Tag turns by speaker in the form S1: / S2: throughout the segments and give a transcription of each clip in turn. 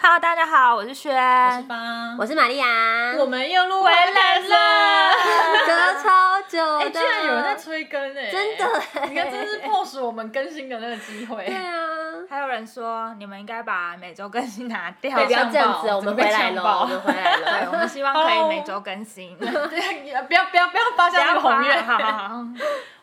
S1: Hello，大家好，我是轩，
S2: 是吧？
S3: 我是玛利亚，
S2: 我们又录回来了。
S3: 隔超久
S2: 哎、
S3: 的，
S2: 居然有人在催更哎、
S3: 真的
S2: 你看，这是迫使我们更新的那个机会。
S3: 对啊，
S1: 还有人说你们应该把每周更新拿掉，
S2: 被
S3: 不要
S2: 呛
S3: 这样子，哦
S2: 爆
S3: 我们
S2: 被
S3: 回来
S2: 呛
S3: 了，
S2: 爆
S3: 我们回 来
S1: 对，我
S3: 了。
S1: 们希望可以每周更新， 不
S2: 对，也不要不要不要发哦下那个
S1: 要
S2: 宏
S1: 发
S2: 愿。
S1: 好好
S2: 啊
S1: 好，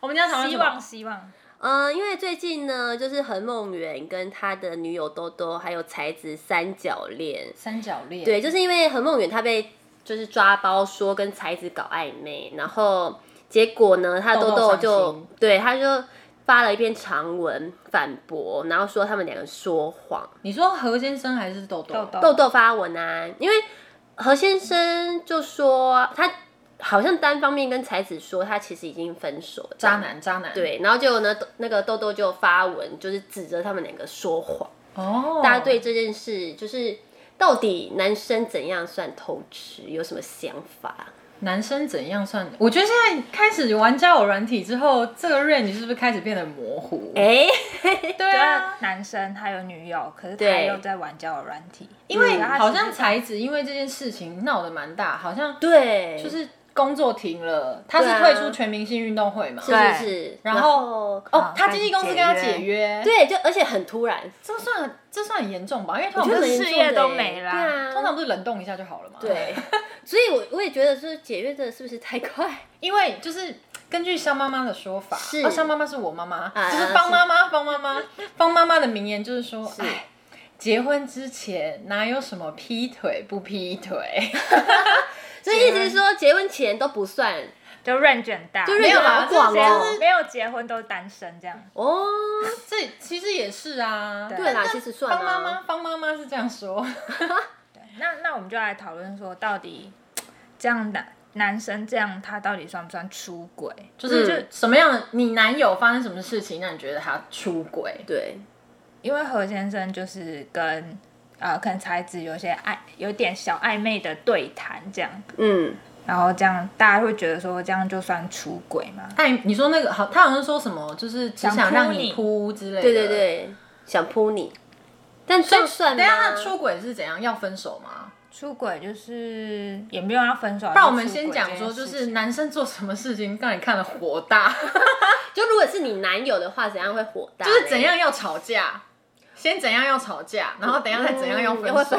S2: 我们家常
S1: 希望希望，
S3: 嗯，因为最近呢，就是恒梦圆跟他的女友兜兜，还有才子三角恋，
S2: 三角恋，
S3: 对，就是因为恒梦远他被就是抓包说跟才子搞暧昧，然后结果呢，他的
S2: 豆豆
S3: 豆豆
S2: 伤
S3: 就
S2: 心
S3: 对他就发了一篇长文反驳，然后说他们两个说谎。
S2: 你说何先生还是豆豆？
S1: 豆豆
S3: 豆豆发文啊，因为何先生就说他好像单方面跟才子说他其实已经分手了，
S2: 渣。男，渣男。，
S3: 对，然后结果呢，豆那个豆豆就发文，就是指责他们两个说谎。
S2: 哦，
S3: 大家对这件事就是到底男生怎样算偷吃，有什么想法？
S2: 男生怎样算？我觉得现在开始玩交友软体之后，这个 range 是不是开始变得模糊？
S3: 哎、
S2: 对
S1: 觉
S2: 啊
S1: 得。男生他有女友，可是他
S3: 对
S1: 又在玩交友软体，
S2: 因为
S1: 嗯
S2: 好像才子因为这件事情闹得蛮大，好像
S3: 对，
S2: 就是工作停了，他
S3: 对
S2: 是
S3: 啊
S2: 退出全明星运动会嘛？
S3: 是不是？
S2: 然
S3: 然
S2: 后哦
S1: 啊，
S2: 他经纪公司跟他解
S1: 解
S2: 约，，
S3: 对，就而且很突然，
S2: 这算这算很严重吧？因为通
S3: 我觉
S2: 常不
S3: 得蛮
S2: 是
S3: 严重
S1: 事业
S3: 的
S1: 都
S3: 欸
S1: 没啦
S3: 对啊，
S2: 通常不是冷冻一下就好了嘛？，
S3: 对，所以我我也觉得是解约的是不是太快？
S2: 因为就是。根据肖妈妈的说法，
S3: 是
S2: 哦，肖妈妈是我妈妈，
S3: 啊
S2: 就是帮妈妈，帮妈妈，帮妈妈的名言就是说，哎，结婚之前哪有什么劈腿不劈腿，
S3: 所以意
S2: 啊
S3: 思是说结婚前都不算
S1: 就润卷大，
S3: 就
S1: 没
S3: 认
S1: 有
S3: 识
S2: 没有啦
S3: 好广
S2: 这
S3: 哦
S2: 这是。
S1: 没有结婚都是单身这样，
S3: 哦，
S2: 这其实也是啊，
S1: 对
S3: 对啦，
S2: 但
S3: 其实算
S2: 帮妈
S3: 啊。
S2: 妈，帮妈妈是这样说，
S1: 对，那那我们就来讨论说，到底这样男男生这样他到底算不算出轨？
S2: 就是
S3: 嗯
S2: 就什么样的你男友发生什么事情让你觉得他出轨？
S3: 对，
S1: 因为何先生就是跟呃，可能才子有些暧，有点小暧昧的对谈这样，
S3: 嗯，
S1: 然后这样大家会觉得说这样就算出轨吗？
S2: 哎，你说那个好，他好像说什么，就是只想让你哭之类的。
S3: 对对，对，想扑你，但这样算
S2: 等一下
S3: 吗
S2: 他？啊出轨是怎样？要分手吗？
S1: 出轨就是也没有要分手，啊
S2: 不
S1: 不
S2: 然我们先讲说，就是男生做什么事情让你看了火大，
S3: 就如果是你男友的话，怎样会火大
S2: 就
S3: 嘞？
S2: 是怎样要吵架，先怎样要吵架，然后等一下再怎样要分
S3: 嗯要
S2: 手。
S3: 分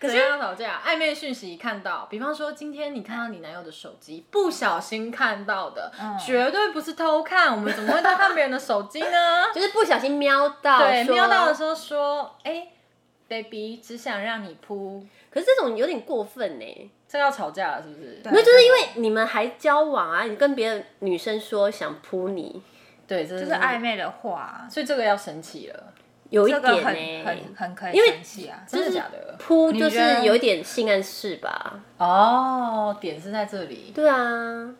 S2: 怎样要吵架？暧昧讯息看到，比方说今天你看到你男友的手机，不小心看到的，绝对不是偷看。我们怎么会偷看别人的手机呢？
S3: 就是不小心瞄到，
S2: 对，
S3: 啊说
S2: 瞄到的时候说，哎、b a b y 只想让你扑，
S3: 可是这种有点过分呢。
S2: 这要吵架了是不是？
S1: 对
S3: 那就是因为你们还交往啊，你跟别的女生说想扑你，
S2: 对，就
S1: 就是暧，昧的话，
S2: 所以这个要生气了，
S3: 有一
S1: 这个
S3: 点
S2: 欸
S1: 很很
S3: 呢。
S1: 很可以
S3: 因为
S1: 生气啊。
S2: 真的假的？
S3: 扑
S1: 你
S3: 就
S1: 觉得
S3: 是有一点性暗示吧？
S2: 哦，点是在这里，
S3: 对啊，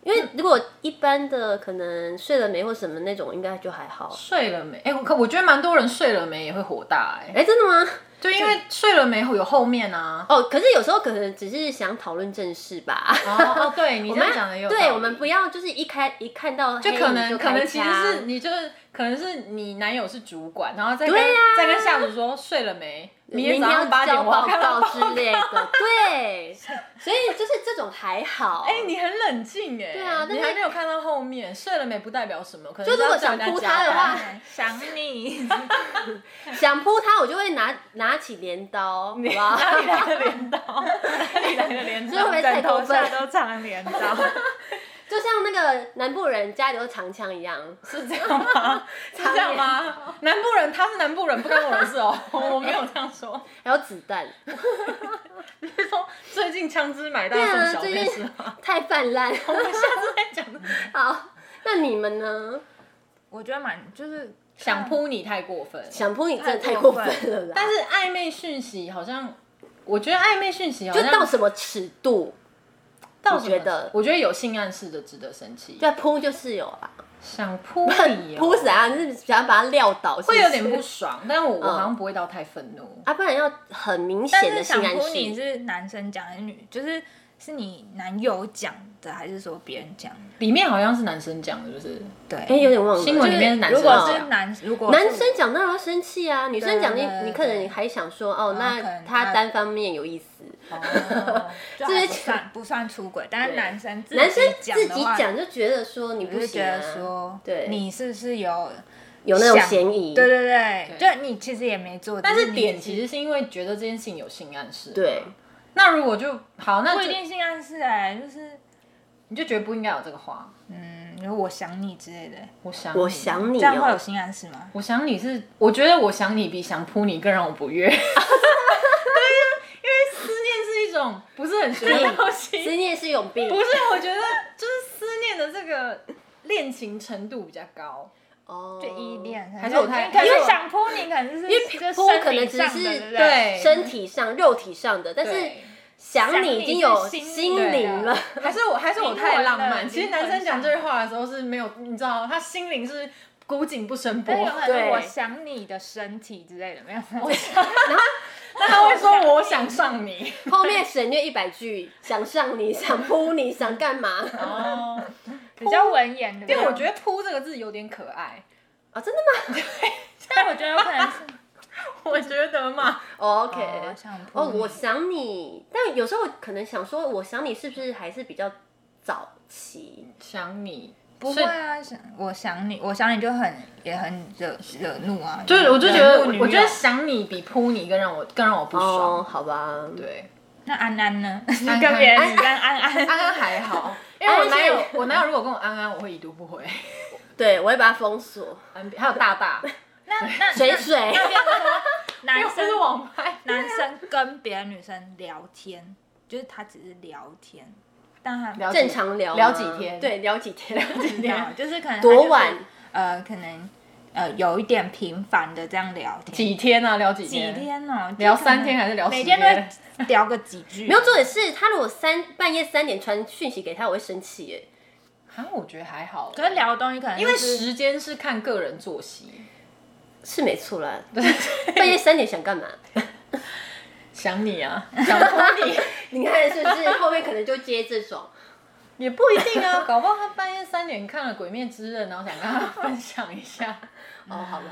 S3: 因为如果一般的可能睡了没或什么那种，应该就还好。
S2: 睡了没？哎、我可我觉得蛮多人睡了没也会火大、哎、
S3: 哎，真的吗？
S2: 就因为睡了没有后面啊。
S3: 哦，可是有时候可能只是想讨论正事吧。
S2: 哦哦，对你
S3: 我
S2: 这
S3: 们
S2: 样讲的有道理，
S3: 对，我们不要就是一开一看到
S2: 就
S3: 黑
S2: 可
S3: 你
S2: 能
S3: 就
S2: 可能
S3: 开
S2: 其实
S3: 枪
S2: 是你就是可能是你男友是主管，然后再跟、
S3: 对啊
S2: 再跟下属说睡了没，明天
S3: 明天
S2: 早
S3: 要
S2: 上八点
S3: 交
S2: 我要
S3: 报
S2: 看到
S3: 告之类的，对，所以就是这种还好。
S2: 哎、你很冷静哎、
S3: 对啊但
S2: 你
S3: 是
S2: 还没有看到后面，睡了没不代表什么，可能
S3: 就如果
S2: 是要叫人家
S3: 想扑
S2: 加
S3: 他的
S2: 班
S3: 话，
S1: 想 你，
S3: 想扑他，我就会拿拿起镰刀，好不好？
S2: 哪里 来的镰刀？哪里来的镰
S3: 这会不
S2: 刀？
S3: 会太
S1: 枕
S3: 过
S1: 头
S3: 分
S1: 下？都常连到，
S3: 就像那个南部人家里有长枪一样，
S2: 是这样吗？是这样吗？南部人他是南部人，不关我的事哦， 我没有这样说。
S3: 还有子弹，
S2: 你是说 最近枪支买到
S3: 对啊
S2: 送小
S3: 最
S2: 妹
S3: 近
S2: 是 吗？
S3: 太泛滥。
S2: 我们下次再讲。
S3: 好，那你们呢？
S1: 我觉得蛮就是
S2: 想扑你太过分，
S3: 想扑你真的
S1: 太
S3: 太
S1: 过
S3: 过
S1: 分
S3: 分了啦！
S2: 但是暧昧讯息好像，我觉得暧昧讯息好
S3: 就
S2: 像
S3: 到什么尺度？
S2: 到
S3: 你
S2: 什么
S3: 觉得
S2: 我觉得有性暗示的值得生气。
S3: 对，扑就是有啊，
S2: 想扑
S1: 哎
S2: 你哦，
S3: 扑死啊！你是想要把他撂倒，
S2: 会有
S3: 是
S2: 点
S3: 不
S2: 不
S3: 是
S2: 爽，但我我
S3: 嗯
S2: 好像不会到太愤怒。
S3: 啊，不然要很明
S1: 但
S3: 显的
S1: 是
S3: 性
S1: 想
S3: 暗
S1: 扑你
S3: 示。
S1: 是男生讲的女，就是是你男友讲的，还是说别人讲的？
S2: 里面好像是男生讲的，就是
S1: 对，
S3: 哎、有点忘了。
S2: 新闻里面是男生
S1: 如果
S2: 讲
S1: 是男，如果
S3: 哦男
S1: 是
S3: 生讲当然要生气啊，女生讲你
S1: 对对对
S3: 你可能还想说哦，
S1: 可
S3: 那
S1: 能
S3: 他
S1: 他
S3: 单方面有意思，
S1: 哦，这
S3: 这
S1: 不
S3: 是
S1: 算不算出轨，但是
S3: 对
S1: 男生自
S3: 男生
S1: 己
S3: 自
S1: 的
S3: 己
S1: 话，
S3: 讲就觉得说你
S1: 我
S3: 不
S1: 就
S3: 行、
S1: 觉
S3: 啊
S1: 得，说，
S3: 对
S1: 你是不是有？
S3: 有那种
S1: 想
S3: 嫌疑，
S1: 对对对，
S2: 对
S1: 就你其实也没做，
S2: 但
S1: 只
S2: 是
S1: 你
S2: 点其实是因为觉得这件事情有性暗示。
S3: 对，
S2: 那如果就好，那
S1: 不一
S2: 就
S1: 定性暗示哎、就是
S2: 你就觉得不应该有这个话。
S1: 嗯，如果我想你之类的，
S2: 我想你，
S3: 我想你
S1: 这样会有
S3: 哦，
S1: 性暗示吗？
S2: 我想你是，我觉得我想你比想扑你更让我不悦。对 呀、因为思念是一种不是很学的东西。
S3: 思念是有病
S2: 不是，我觉得就是思念的这个恋情程度比较高。
S3: 哦，
S1: 就依恋，
S2: 还是我
S1: 因
S2: 太
S1: 为可
S2: 因为
S1: 是
S2: 我
S1: 想扑你，可能就是
S3: 因为
S1: 就是
S3: 扑
S1: 生
S3: 可能
S1: 理
S3: 只
S1: 上
S3: 是
S1: 的对不对
S2: 对，
S3: 身体上、肉体上的，但是
S2: 对，
S3: 想你已经有
S1: 想你是
S3: 心
S1: 心灵
S3: 灵了
S1: 的，
S2: 还是我还是我太浪漫。其实
S1: 灵魂
S2: 男
S1: 的
S2: 生讲这句话的时候是没有，你知道，他心灵是古井不生波
S1: 但。有可能
S3: 对
S1: 是我想你的身体之类的，没有？
S2: 那他会说我想上你。
S3: 后面省略一百句，想上你，想扑你，想干嘛？
S2: 哦，啊
S1: 比较文言的。
S2: 因为我觉
S1: 得，
S2: 得“扑”这个字有点可爱。
S3: 啊，真的吗
S1: 但我觉得有可能是
S2: 我觉得嘛，
S3: 哦 ？OK，
S1: 哦想扑
S3: 哦，
S1: 你
S3: 我想你，但有时候可能想说，我想你是不是还是比较早期？
S2: 想你
S1: 不会啊，想我想你，我想你就很也很惹惹怒啊。
S2: 就是我就觉
S1: 惹
S2: 得
S1: 怒女，友
S2: 我觉得想你比扑你更让我更让我不
S3: 哦，
S2: 爽。
S3: 好吧，
S2: 对，
S1: 那安安呢？
S2: 安
S1: 跟别人跟安安，
S2: 安安还 好，因为
S1: 哎
S2: 我男
S3: 安
S2: 友
S3: 安，
S2: 我男友如果跟我安安，我会已读不回。
S3: 对，我会把它封锁。
S2: 安还有大大，
S1: 那那
S3: 水水
S1: 那变成说男
S2: 又不是
S1: 生
S2: 网拍，
S1: 男生跟别的女生聊天，就是他只是聊天，但他
S2: 了解
S3: 正常
S1: 啊
S3: 聊吗
S2: 聊几天
S3: 对，聊几天，聊几
S1: 不知道，就是可能他就
S3: 多
S1: 是
S3: 晚？
S1: 呃，可能呃有一点频繁的这样聊天，
S2: 几天啊？聊几
S1: 几
S2: 天？
S1: 天哦，就
S2: 聊
S1: 可
S2: 三
S1: 能
S2: 天还是聊
S1: 每
S2: 十
S1: 天都
S2: 天？
S1: 会聊个几句，
S3: 没有，重点是他如果三半夜三点传讯息给他，我会生气耶。
S2: 啊，我觉得还好，
S1: 可是聊的东西可能
S2: 因为
S1: 就是
S2: 时间是看个人作息。
S3: 是没错啦， 半夜三点想干嘛？
S2: 想你 啊，想哭 你
S3: 你看是不是后面可能就接这种？
S2: 也不一定啊， 搞不好他半夜三点看了《鬼灭之刃》，然后想跟他分享一下。
S3: 哦，好吧，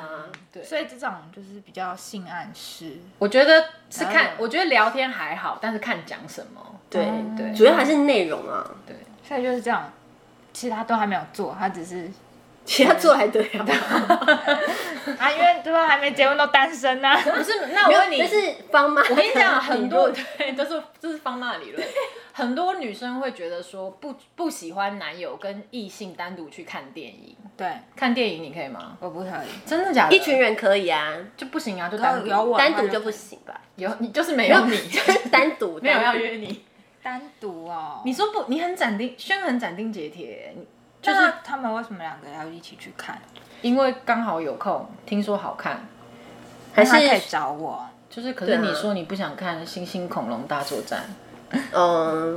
S2: 对，
S1: 所以这种就是比较性暗示，
S2: 我觉得是
S1: 哪
S2: 看，
S1: 有
S2: 我觉得聊天还好，但是看讲什么。
S3: 对
S2: 对
S3: 主要还是内容啊，
S2: 对，
S1: 所以就是这种，其实他都还没有做，他只是
S3: 其他做还对啊。
S1: 啊，因为对吧，还没结婚都单身啊呢、
S2: 不是，那我问你，
S3: 但是方妈，
S2: 我跟你讲，
S3: 可能
S2: 很多
S3: 理论
S2: 对， 都是这是方娜理论。 很多女生会觉得说不不喜欢男友跟异性单独去看电影，
S1: 对，
S2: 看电影你可以吗？
S1: 我不可以，
S2: 真的假的？
S3: 一群人可以啊，
S2: 就不行啊，就单独
S1: 有我
S3: 单独就不行吧？
S2: 有你就是没有你，
S3: 单独
S2: 没有要
S3: 单独
S2: 约你。
S1: 单独哦。
S2: 你说不，你很斩钉，轩很斩钉截铁，欸你就
S1: 就是是他们为什么两个要一起去看？
S2: 因为刚好有空，听说好看，
S3: 还
S1: 那他可以
S3: 是
S1: 找我，
S2: 就是可
S3: 对
S2: 是
S3: 啊
S2: 你说你不想看《猩猩恐龙大作战
S3: 嗯，》，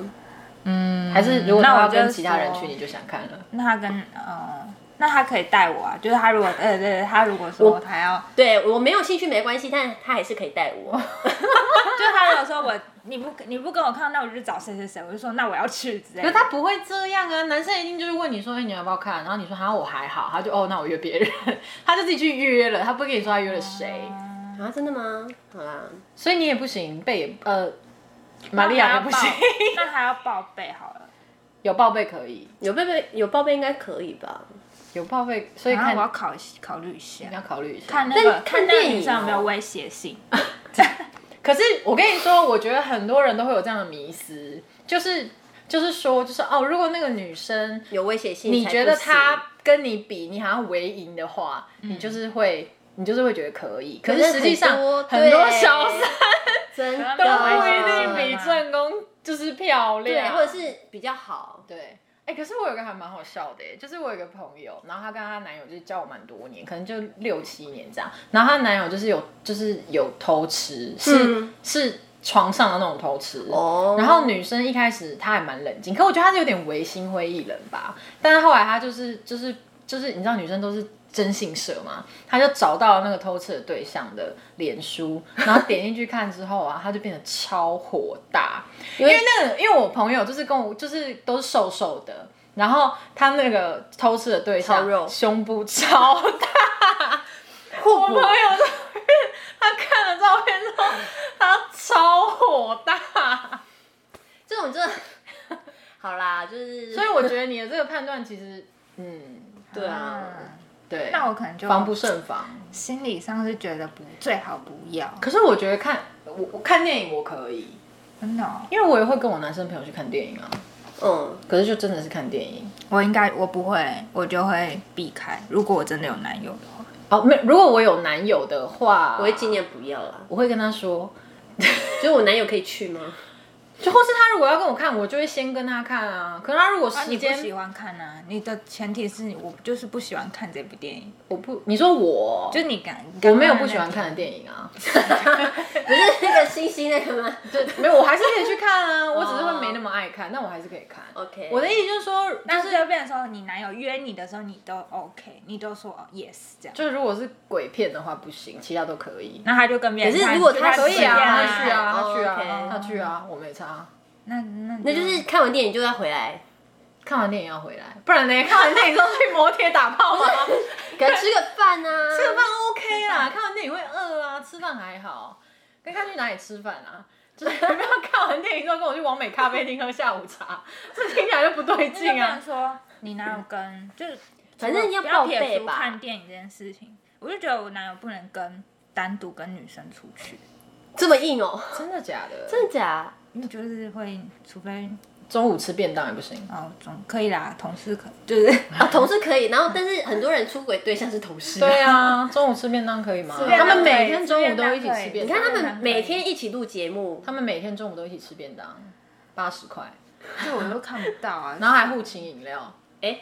S1: 嗯
S2: 还是如果他
S1: 那
S2: 要
S1: 我就
S2: 跟其他人去，
S1: 说
S2: 你就想看了。
S1: 那他跟呃，那他可以带我啊，就是他如果呃对对，他如果说他要，
S3: 对我没有兴趣没关系，但他还是可以带我。啊
S1: 就他如果说我你不你不跟我看，那我就找谁谁谁，我就说那我要去之类
S2: 可是
S1: 的。
S2: 他不会这样啊，男生一定就是问你说，哎、你要不要看？然后你说，啊哈，我还好，他就哦，那我约别人， 他就自己去约了，他不会跟你说他约了谁，
S1: 哦
S3: 啊，真的吗？好啦，
S2: 所以你也不行，贝也呃，
S1: 那
S2: 玛利亚也不
S1: 还
S2: 行
S1: 要，报，那还要报备好了。
S2: 有报备可以，
S3: 有贝贝有报备应该可以吧？
S2: 有报备，所以
S1: 然后
S2: 看、
S1: 我要考考虑一下
S2: 你，要考虑一下。
S1: 看那个
S3: 但看
S1: 看那个
S3: 电影
S1: 女生有没
S3: 哦
S1: 有威胁性。
S2: 啊可是我跟你说，我觉得很多人都会有这样的迷思，就是就是说，就是哦，如果那个女生
S3: 有威胁性才不
S2: 你
S3: 行，
S2: 觉得她跟你比，你好像为赢的话，你就是会。你就是会觉得可以，可
S3: 可
S2: 是实际上
S1: 嗯
S2: 很多小三
S3: 真的
S2: 都
S1: 对
S2: 不一
S1: 啊
S2: 定比啊正宫就是漂
S3: 对，
S2: 亮，
S3: 或者是比较好。
S2: 对。哎、可是我有个还蛮好笑的耶，就是我有个朋友，然后她跟她男友就是交往蛮多年，可能就六七年这样。然后她男友就是有就是有偷吃，是、
S3: 嗯
S2: 是床上的那种偷吃
S3: 哦
S2: 然后女生一开始她还蛮冷静，可我觉得她是有点唯心灰意冷吧。但是后来她就是就是就是你知道女生都是征信社嘛，他就找到那个偷吃的对象的脸书，然后点进去看之后啊，他就变得超火大，因为那个因为我朋友就是跟我就是都是瘦瘦的，然后他那个偷吃的对
S3: 超
S2: 象
S3: 肉
S2: 胸部超 大，我朋友照片，他看了照片之后，他超火大，
S3: 这种真的好啦，就是
S2: 所以我觉得你的这个判断其实，嗯，
S3: 对啊，
S1: 嗯
S2: 对，
S1: 那我可能就
S2: 防不胜防。
S1: 心理上是觉得不最好不要，
S2: 可是我觉得看我我看电影我可以，
S1: 真的哦、
S2: 因为我也会跟我男生朋友去看电影啊。
S3: 嗯，
S2: 可是就真的是看电影
S1: 我应该我不会，我就会避开。如果我真的有男友的话，
S2: 哦，没。如果我有男友的话，
S3: 我会尽量不要啦。
S2: 我会跟他说，
S3: 就是我男友可以去吗？
S2: 就或是他如果要跟我看，我就会先跟他看啊。可是他如果
S1: 啊，
S2: 时
S1: 你不
S2: 间、
S1: 喜欢看啊？你的前提是我就是不喜欢看这部电影，
S2: 我不，你说我
S1: 就你敢，
S2: 哦我没有不喜欢看的电影 啊。
S3: 不是 那个星星那个吗？
S2: 对，没有，我还是可以去看
S1: 哦
S2: 啊，我只是会没那么爱看，但我还是可以看。
S3: OK
S2: 我的意思就是说，
S1: 但
S2: 但
S1: 是
S2: 是
S1: 就变成说，你男友约你的时候，你都 OK，你都说哦 yes 这样，
S2: 就是如果是鬼片的话不行，其他都可以。
S1: 那他就跟别人
S3: 可是
S1: 看
S3: 如果
S1: 就
S3: 他
S1: 他
S3: 可
S2: 可
S3: 以
S2: 以
S1: 随便
S2: 啊，
S3: 啊
S2: 他去啊，他去
S3: 哦
S2: 啊，
S3: ，OK
S2: 他去啊，我没差。
S1: 那那
S3: 那就是看完电影就要回来，
S2: 看完电影要回来，不然呢？看完电影之后去摩铁打炮吗？
S3: 给他吃个饭啊，
S2: 吃个饭 OK 啦，看完电影会饿啊，吃饭还好。跟他去哪里吃饭啊？就是不要看完电影之后跟我去王美咖啡厅喝下午茶，这听起来就不对
S1: 那就
S2: 劲
S1: 变成
S2: 啊。
S1: 说你男友跟就是
S3: 反正要
S1: 不要
S3: 报
S1: 撇
S3: 备
S1: 除
S3: 吧
S1: 看。电影这件事情，我就觉得我男友不能跟单独跟女生出去，
S3: 这么硬哦？
S2: 真的假的？啊
S3: 真的假？
S1: 你就是会，除非
S2: 中午吃便当也不行。
S1: 哦总可以啦，同事可就是
S3: 啊，同事可以，然后但是很多人出轨对象是同事。
S2: 对啊，中午吃便当可啊以吗？
S3: 便
S2: 他
S3: 当
S2: 们每
S1: 可以
S2: 天
S1: 吃
S2: 中午
S1: 便
S2: 都
S1: 当
S2: 一起
S1: 可
S2: 吃
S1: 以
S2: 便
S3: 你
S2: 当，
S3: 看他们每天一起录节目，
S2: 他们每天中午都一起吃便当，八十块，
S1: 就我都看不到 啊，
S2: 然后还互请饮料。
S3: 哎，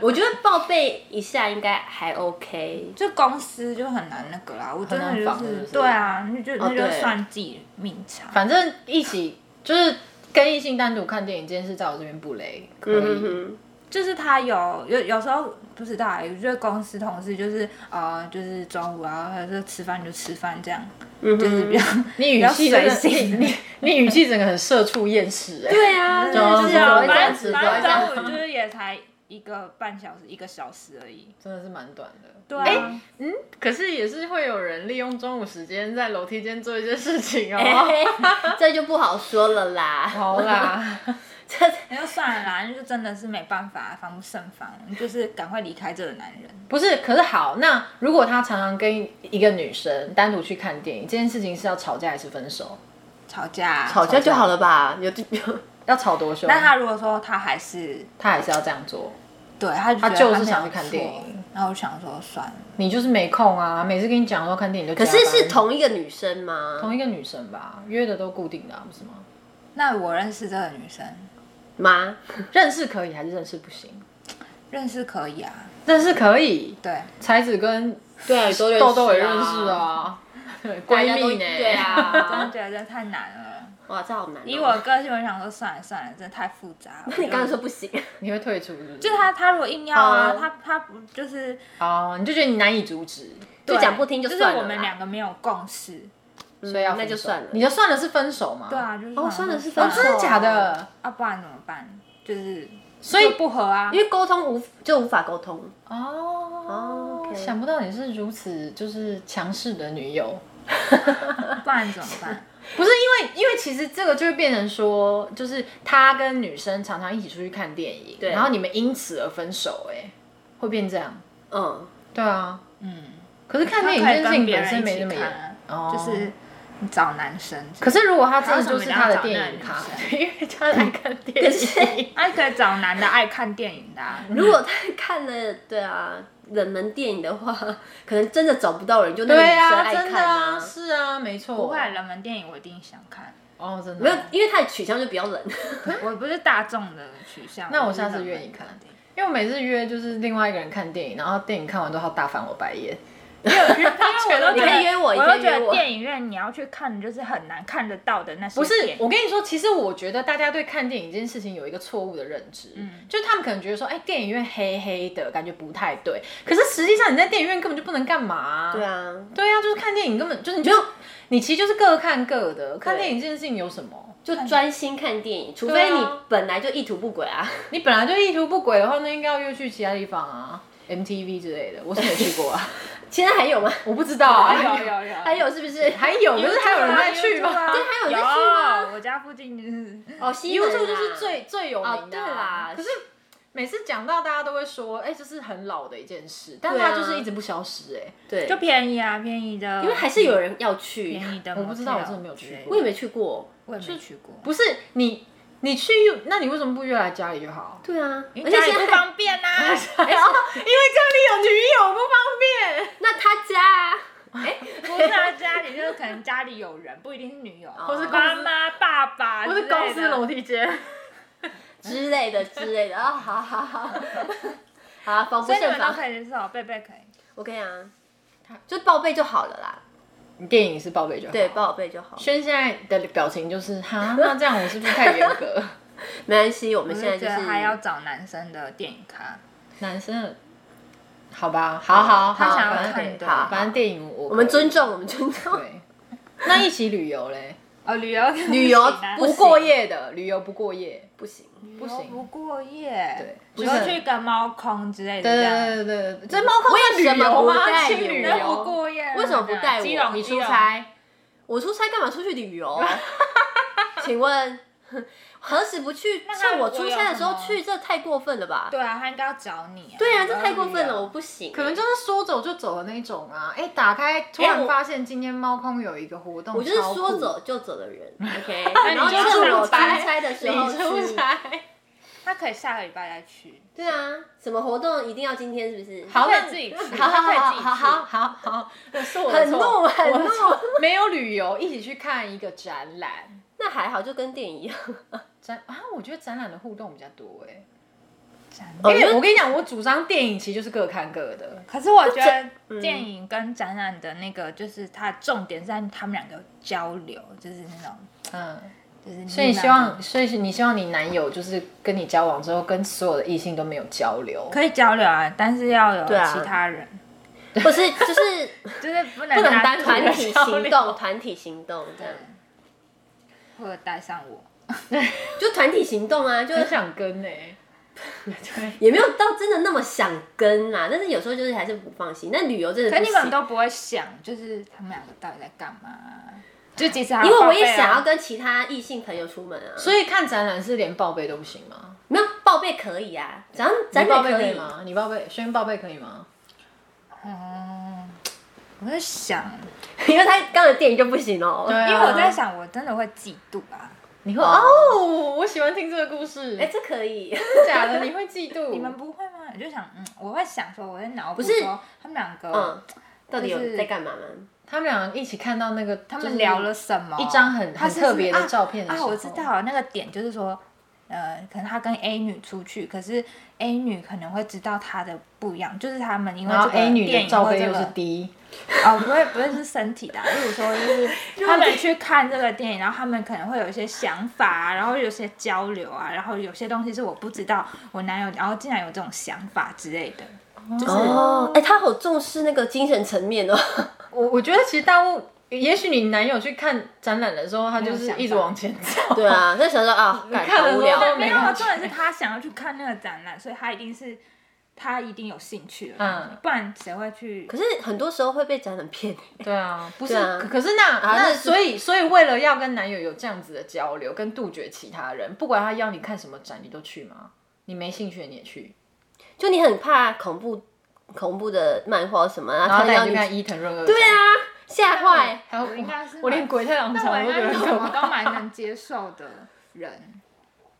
S3: 我觉得报备一下应该还 OK。
S1: 就公司就很难那个啦，我真的
S2: 很
S1: 就
S2: 难防是不是
S1: 对啊，那就
S3: 哦
S1: 那就
S3: 对
S1: 算自己命长。
S2: 反正一起就是跟异性单独看电影这件事，在我这边不雷，可以。
S3: 嗯哼
S1: 就是他有有有时候不知道啊，有些公司同事就是呃，就是中午啊，或者是吃饭就吃饭这样，
S3: 嗯哼，
S1: 就是比较
S2: 你
S1: 比
S2: 语
S1: 较
S2: 气真
S1: 随
S2: 的，你
S1: 性。
S2: 你你语气整个很社畜厌世哎、
S3: 对啊，
S1: 对
S2: 就是
S1: 啊，反
S2: 是
S1: 正
S2: 这样子
S1: 反
S2: 这样
S1: 正中午就是也才一个半小时、一个小时而已。
S2: 真的是蛮短的。
S1: 对啊，
S2: 哎可是也是会有人利用中午时间在楼梯间做一些事情哦。
S3: 哎这就不好说了啦。
S2: 好啦，
S3: 这
S1: 哎那就算了啦，那就真的是没办法，防不胜防，就是赶快离开这个男人。
S2: 不是，可是好，那如果他常常跟一个女生单独去看电影，这件事情是要吵架还是分手？
S1: 吵架啊，
S3: 吵架就好了吧？有有，
S2: 要吵多凶？
S1: 但他如果说他还是
S2: 他还是要这样做。
S1: 对，他就
S2: 他
S1: 觉得
S2: 就是
S1: 没有
S2: 想去看电
S1: 错
S2: 影，
S1: 然后我想说算了，
S2: 你就是没空啊，每次跟你讲说看电影就
S3: 可
S2: 加班。
S3: 是是同一个女生吗？
S2: 同一个女生吧，约的都固定的、啊，不是吗？
S1: 那我认识这个女生，
S3: 吗？
S2: 认识可以还是认识不行？
S1: 认识可以啊，
S2: 认识可以，
S1: 对。
S2: 才子跟
S3: 对，都认识啊
S2: 豆豆也认识， 啊，
S3: 大
S2: 闺
S3: 家都
S2: 蜜呢？
S3: 对，啊
S1: 真，觉得太难了。
S3: 哇，这好难哦。
S1: 以我个性，我想说算了算了，真的太复杂了。
S3: 你刚刚说不行，
S2: 你会退出是不是？
S1: 就他他如果硬要啊
S3: 哦，
S1: 他他不就是
S2: 哦，你就觉得你难以阻止，
S3: 就
S1: 对
S3: 讲不听
S1: 就
S3: 就算了啦
S1: 是我们两个没有共识。
S2: 所以要分手
S3: 那就算了
S2: 你就算了是分手嘛？
S1: 对，啊，就是
S3: 哦
S1: 想说
S3: 算了是
S1: 算
S3: 分
S2: 哦，
S1: 了
S2: 真的假的？
S1: 啊，不然怎么办？就是
S2: 所以
S1: 就不合啊
S3: 因，为沟通无就无法沟通。
S2: 哦
S3: 哦，OK
S2: 想不到你是如此就是强势的女友。
S1: 不然怎么 办？
S2: 不是因为，因为其实这个就会变成说，就是他跟女生常常一起出去看电影，
S3: 对
S2: 然后你们因此而分手、哎，会变这样。
S3: 嗯，
S2: 对啊，
S1: 嗯，
S2: 可是看
S1: 他
S2: 电影
S1: 可
S2: 这
S1: 以
S2: 件事
S1: 跟
S2: 情
S1: 别
S2: 本
S1: 人
S2: 身
S1: 一
S2: 没那
S1: 起
S2: 么
S1: 看
S2: 严，
S1: 啊，
S2: 哦
S1: 就是你找男生。
S2: 可是如果他真
S1: 还
S2: 的
S1: 有
S2: 就是
S1: 什么
S2: 他的
S1: 要找
S2: 电影咖
S1: 那个，
S2: 因为他爱看电影，
S1: 哎，可以找男的爱看电影的啊，
S3: 如果他看了对啊冷门电影的话，可能真的找不到人， 就那个 女
S2: 对
S3: 生
S2: 啊，
S3: 爱
S2: 真的
S3: 看
S2: 啊，是啊，没错，
S1: 不会人们电影我一定想看，
S2: 哦，真的
S3: 没有，因为他的取向就比较冷。
S1: 我不是大众的取向。
S2: 那我
S1: 是
S2: 下次
S1: 冷
S2: 愿
S1: 门
S2: 意看
S1: 的电影
S2: 因为我每次约就是另外一个人看电影，然后电影看完之后他大翻我白眼，
S1: 因为因为我都
S3: 你
S1: 觉
S3: 可
S1: 得
S3: 以约我
S1: 我
S3: 你可以
S1: 都觉
S3: 约
S1: 得
S3: 我
S1: 电影院你要去看，就是很难看得到的那些
S2: 不是
S1: 片，
S2: 我跟你说，其实我觉得大家对看电影这件事情有一个错误的认知，就是他们可能觉得说，哎，电影院黑黑的感觉不太对，可是实际上你在电影院根本就不能干嘛、
S3: 对，啊，
S2: 对啊，就是看电影根本就是你就你其实就是各看各的，看电影这件事情有什么？
S3: 就专心看电影，除
S2: 对啊
S3: 非你本来就意图不轨啊。
S2: 你本来就意图不轨的话，那应该要约去其他地方啊，MTV 之类的，我是没去过 啊，
S3: 现在 还有吗？
S2: 我不知道啊，
S1: 有有有，
S3: 还有是不是？
S2: 还有，可是还有人在去吗？啊
S1: 吗？
S3: 啊对还有人在去吗
S1: 我家附近就是。
S3: 哦，西门啊
S2: YouTube 就是最最有名的、
S3: 哦对啦
S2: 可是每次讲到大家都会说，哎、这是很老的一件事，但
S3: 对啊
S2: 它就是一直不消失、哎
S3: 对，
S1: 就便宜啊，便宜的，
S3: 因为还是有人要去，
S1: 便宜的 motel 之类
S2: 我
S1: 的，
S2: 不知道我真的没有去过
S3: 我也没去过。
S1: 我也没去过
S2: 哎，，不是你你去，那你为什么不约来家里就 好？
S3: 对啊，
S1: 因
S3: 而
S1: 为
S3: 且
S1: 家里
S3: 现
S1: 不
S3: 在
S1: 方便啊。
S2: 哎呀因为家里有女友不方便，
S3: 那他家啊，
S1: 不是啊，家里就是可能家里有人，不一定是女友，
S3: 或
S2: 是公
S1: 妈
S2: 司
S1: 妈、爸爸，
S2: 不是公司楼。梯间。
S3: 之类的之类的啊，好好好， 好啊，防不
S1: 所以你
S3: 胜
S1: 们都
S3: 防。
S1: 可以接受，贝贝可以。
S3: 我跟你讲，就报备就好了啦，
S2: 你电影是报备就好。
S3: 对，。报备就好，
S2: 轩现在的表情就是哈，那这样我是不是太严格？
S3: 没关系。我
S1: 我
S3: 们
S1: 就
S3: 现在
S1: 觉
S3: 就
S1: 得
S3: 是
S1: 还要找男生的电影咖，
S2: 男生的，好吧，好好好，
S1: 他想要
S2: 反正
S1: 看
S2: 可以
S1: 的
S2: 好反正电影我
S3: 我
S2: 我
S3: 们
S2: 可以
S3: 尊重，我们尊重。
S2: 对。那一起旅游 嘞？
S1: 哦，旅游
S3: 旅游
S2: 不过夜的旅游不过夜，
S3: 不行，
S1: 不
S2: 不行
S1: 哦不过夜，
S2: 对
S1: 只
S2: 不是
S1: 有去个猫空之类的
S2: 对
S1: 这
S2: 对
S1: 样。
S2: 对对对对，呃这猫空算旅游
S3: 为什么不
S2: 吗？
S3: 带
S2: 去
S3: 旅
S2: 旅
S3: 游
S1: 那不
S2: 游，
S1: 过夜，
S3: 为什么不带我
S1: 基隆
S2: 你
S1: 基
S2: 出
S1: 隆
S2: 差，
S3: 我出差干嘛出去旅游？请问何时不去？
S1: 那他
S3: 像我
S1: 如果
S3: 出
S1: 有
S3: 差的时候
S1: 什么
S3: 去，这太过分了吧？
S1: 对啊，他应该要找你。
S3: 对啊，
S1: 你
S3: 这
S1: 要
S3: 太过分
S1: 旅
S3: 了，
S1: 游
S3: 我不行。
S2: 可能就是说走就走的那种啊！哎，打开突
S3: 哎我
S2: 然发现今天猫空有一个活动，
S3: 我就是
S2: 超酷
S3: 说，走就走的人，OK。
S1: 那你
S3: 然后
S1: 就
S3: 趁
S1: 上
S3: 我出
S1: 班
S3: 差的时候
S2: 你出
S3: 去。
S2: 差。
S1: 他可以下个礼拜再去。
S3: 对啊，什么活动一定要今天是不是？啊
S2: 好，
S1: 他
S2: 那
S1: 可以自己去
S2: 好
S1: 他
S2: 好
S1: 可以自己去
S2: 好好好好好，那是我的
S3: 很
S2: 错
S3: 怒很
S2: 我的
S3: 怒
S2: 错没有旅游，一起去看一个展览。
S3: 那还好，就跟电影一样。
S2: 展啊，我觉得展览的互动比较多哎，
S1: 展
S3: 哦
S2: 因
S3: 因为
S2: 为我跟你讲，我主张电影其实就是各看各的，
S1: 可是我觉
S3: 嗯
S1: 得电影跟展览的那个，就是它的重点是在他们两个交流，就是那种，
S2: 嗯。
S1: 就是你
S2: 所以
S1: 们
S2: 希望，所以你希望你男友就是跟你交往之后，跟所有的异性都没有交流，
S1: 可以交流啊，但是要有
S3: 对啊
S1: 其他人，
S3: 不是，就是
S1: 就是不能
S2: 不能
S1: 单
S2: 单
S1: 独
S3: 团体
S2: 交
S3: 行
S2: 流
S3: 动，团体行动这样，
S1: 或者带上我。
S3: 就团体行动啊， 就
S2: 很想跟欸呢、
S3: 也没有到真的那么想跟啦，但是有时候就是还是不放心。那旅游真的
S1: 可
S3: 不
S1: 你们
S3: 行，
S1: 都不会想，就是他们两个到底在干嘛？啊就其实还有
S3: 因为我
S1: 报备
S3: 也
S1: 啊
S3: 想要，跟其他异性朋友出门啊，
S2: 所以看展览是连报备都不行吗？
S3: 没有报备可以啊，咱咱
S2: 你报备
S3: 可
S2: 以？吗？你报备，轩报备可以吗？
S1: 嗯，我在想，
S3: 因为他刚才电影就不行哦。
S2: 对啊
S1: 因为我在想，我真的会嫉妒啊。
S2: 你会哦，我喜欢听这个故事，
S3: 哎，这可以，
S2: 真假 的？你会嫉妒？
S1: 你们不会吗？我就想，嗯，我会想说，我在脑补
S3: 不是
S1: 说他们两个，
S3: 嗯，到底
S1: 就
S3: 有
S1: 是
S3: 在干嘛吗？
S2: 他们俩一起看到那个，他
S1: 他们聊了什么？
S2: 一张很
S1: 他是
S2: 很特别的照片的
S1: 啊
S2: 时
S1: 啊，
S2: 候
S1: 我知道那个点就是说，呃，可能他跟 A 女出去，可是 A 女可能会知道他的不一样，就是他们因为
S2: 然
S1: 这
S2: 后
S1: 个
S2: A 女
S1: 电
S2: 的
S1: 影
S2: 罩
S1: 或
S2: 杯
S1: 这
S2: 又
S1: 个
S2: 是 D，
S1: 哦，不会不会是身体的、啊，例如说 就是他们去看这个电影，然后他们可能会有一些想法、啊，然后有些交流啊，然后有些东西是我不知道我男友，然后竟然有这种想法之类的，就是、
S3: 哦，哎，他好重视那个精神层面哦。
S2: 我我觉得其实大部，也许你男友去看展览的时候，他就
S1: 没有
S2: 是
S1: 想法
S2: 一直往前 走。
S3: 对啊，那想说 啊，感
S2: 看了
S3: 好无
S2: 之后
S3: 聊。
S1: 没有
S2: 没
S1: 啊，
S2: 感觉
S1: 重点是他想要去看那个展览，所以他一定是他一定有兴趣了，
S2: 嗯
S1: 不然谁会去
S3: 可？是很多时候会被展览骗，
S2: 对啊，不是，
S3: 对啊
S2: 可可是那、
S3: 啊那
S2: 那
S3: 是
S2: 所以所以为了要跟男友有这样子的交流，跟杜绝其他人，不管他邀你看什么展，你都去吗？你没兴趣的你也去，
S3: 就你很怕恐怖恐怖的漫画什么啊，
S2: 然后
S3: 他
S2: 带
S3: 要
S2: 你
S3: 你
S2: 去看伊藤润二，
S3: 对，啊，吓坏。
S2: 还有
S1: 我啊应该是
S2: 我连鬼太郎
S1: 那我
S2: 场
S1: 应
S2: 都觉
S1: 该
S2: 得
S1: 是
S2: 很
S1: 什
S2: 可
S1: 么
S2: 怕
S1: 都蛮能接受的 人，